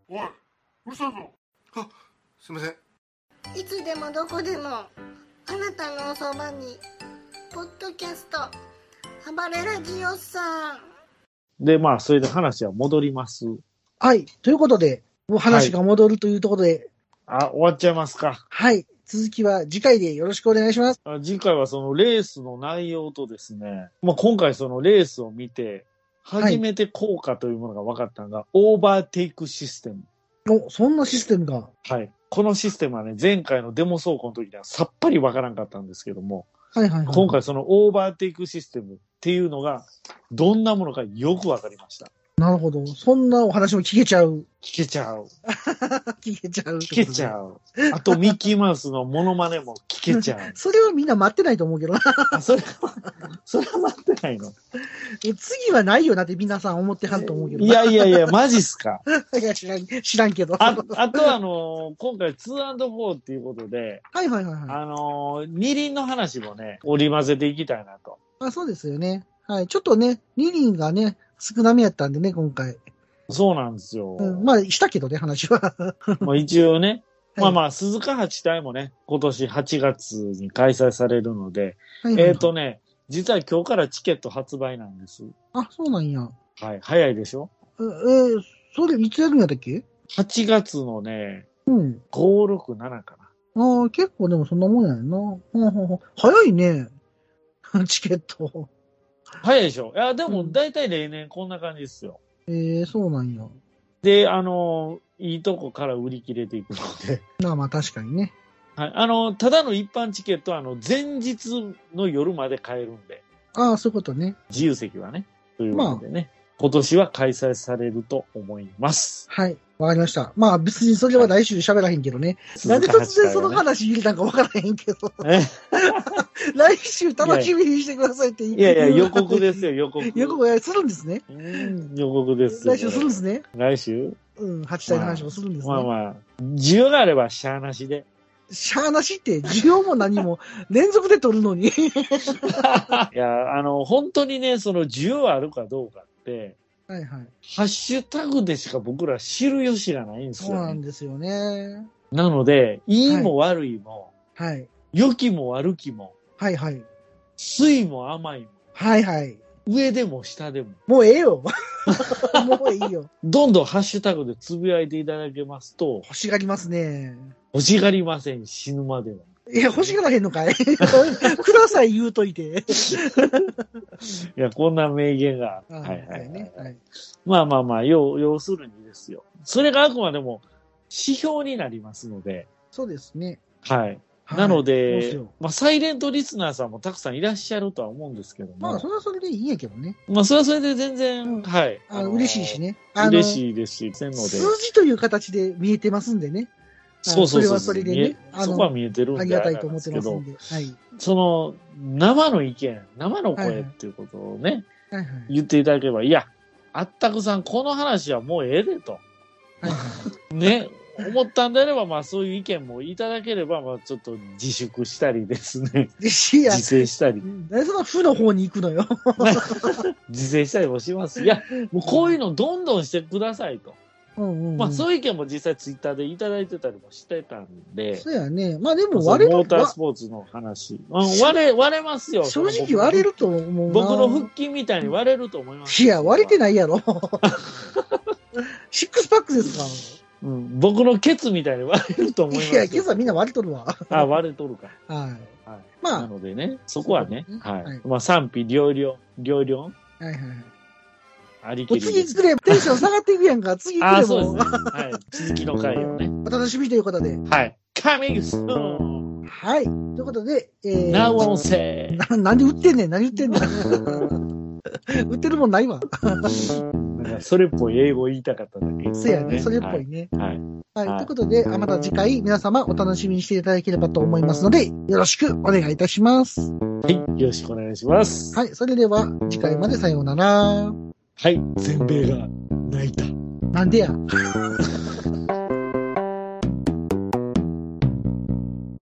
おいうるさいぞあすいません
いつでもどこでもあなたのおそばにポッドキャスト「暴れラジオさん」
で、まあ、それで話は戻ります。
はい。ということで、もう話が戻るというところで、
あ、終わっちゃいますか。
はい。続きは次回でよろしくお願いします。
あ次回はそのレースの内容とですね、まあ、今回そのレースを見て、初めて効果というものが分かったのが、オーバーテイクシステム。
お、そんなシステムが。
はい。このシステムはね、前回のデモ走行の時にはさっぱり分からんかったんですけども、
はいはいはい。
今回そのオーバーテイクシステムっていうのが、どんなものかよく分かりました。
なるほど。そんなお話も聞けちゃう。
聞けちゃう。
聞けちゃう。聞。
聞けちゃ う。あと、ミッキーマウスのモノマネも聞けちゃう
それはみんな待ってないと思うけどな。
あそれは、それは待ってないの。
次はないよなって皆さん思ってはんと思うけど
い
な。
やいやい や、マジっすか。
いや、知らん、知らんけど。
ああとあのー今回 2&4 っていうことで、
はいはいはいはい。
あのー二輪の話もね、織り交ぜていきたいなと。
まあそうですよね。はい。ちょっとね、二輪がね、少なめやったんでね、今回。
そうなんですよ。
うん、まあ、したけどね、話は。
まあ一応ね、まあまあ、鈴鹿八隊もね、今年8月に開催されるので、
はいはいはい
えっ、とね、実は今日からチケット発売なんです。
あ、そうなんや。
はい、早いでしょ
え、えーそれいつやるんやったっけ
?8 月のね、
うん。
5、6、7かな。
ああ、結構でもそんなもんやんな。ほんほんほん早いね。 チケット。
早いでしょいや、でも大体例年こんな感じですよ。
ええそうなんや。
で、あのーいいとこから売り切れていくので、
まあまあ確かにね。
はい、あの、ただの一般チケットは、あの、前日の夜まで買えるんで、
ああ、そういうことね。
自由席はね、ということでね、今年は開催されると思います。
はい。わかりました。まあ別にそれは来週喋らへんけどね。なんで突然その話入れたんかわからへんけど。
え
来週楽しみにしてくださいって言っ
いやいや、
言う
予告ですよ、予告。
予告えするんですね。
予告です。
来週するんですね。
来週
うん、8体の話もするんですね。
まあまあ、需要があればしゃあなしで。
しゃあなしって、需要も何も連続で取るの に。
いや、あの、本当にね、その需要あるかどうかって、
はいはい。
ハッシュタグでしか僕ら知る由がないんです
そう
よ、
なん
ね。
ですよね。
なので、いいも悪いも、
はい。
良きも悪きも、
はいはい。
酸いも甘いも、
はいはい。
上でも下でも、
もうええよ。 もういいよ。
どんどんハッシュタグでつぶやいていただけますと、
欲しがりますね。
欲しがりません、死ぬまでは。
いや、欲しがらへんのかい ください言うといて。
いや、こんな名言が。はいはいはい、ねはい。まあまあまあ、要要するにですよ。それがあくまでも指標になりますので。
そうですね。
はい。はい、なので、まあ、サイレントリスナーさんもたくさんいらっしゃるとは思うんですけども。
まあ、それはそれでいいんやけどね。
まあ、それはそれで全然、うん、はい。
あの嬉しいしね。
嬉しいですし、全ので。
数字という形で見えてますんでね。
そうそう
それはそれでね。
そこは見えてるんで。
ありがたいと思ってますんで。はい。
その、生の意見、生の声っていうことをね、はいはい、言っていただければ、いや、あったくさん、この話はもうええでと。はいはい、ね。思ったんであれば、まあそういう意見もいただければ、まあちょっと自粛したりですね。自制したり。
なその負の方に行くのよ。
自制したりもします。いや、もうこういうのどんどんしてくださいと。うんうんうん、まあそういう意見も実際ツイッターでいただいてたりもしてたんで。
そうやね。まあでも割れ
る。モータースポーツの話。割れ、割れますよ。
正直割れると思う
僕の腹筋みたいに割れると思います。
いや、割れてない やろ。シックスパックですか
うん、僕のケツみたいに割れると思います。
いや、ケツはみんな割れとるわ。
あ、割れとるか。は
はい。
い、まあ。なのでね、そこはね、ねはい、はい。まあ賛否両論、両論。
はいはい。
ありきり。
次作ればテンション下がっていくやんか。次
作れば。そうですね。はい。続きの回をね。
お楽しみということで。
はい。Coming soon!
はい。ということで、
えー。Now on say!
な、なんで売ってんねん。何売ってんねん。 売ってるもんないわ。
それっぽい英語言いたかっただけ、
ね。そうやね。それっぽいね。
はい。
はい。はい、ということで、また次回皆様お楽しみにしていただければと思いますので、よろしくお願いいたします。
はい。よろしくお願いします。
はい。それでは、次回までさようなら。
はい、全米が泣いた。
なんでや。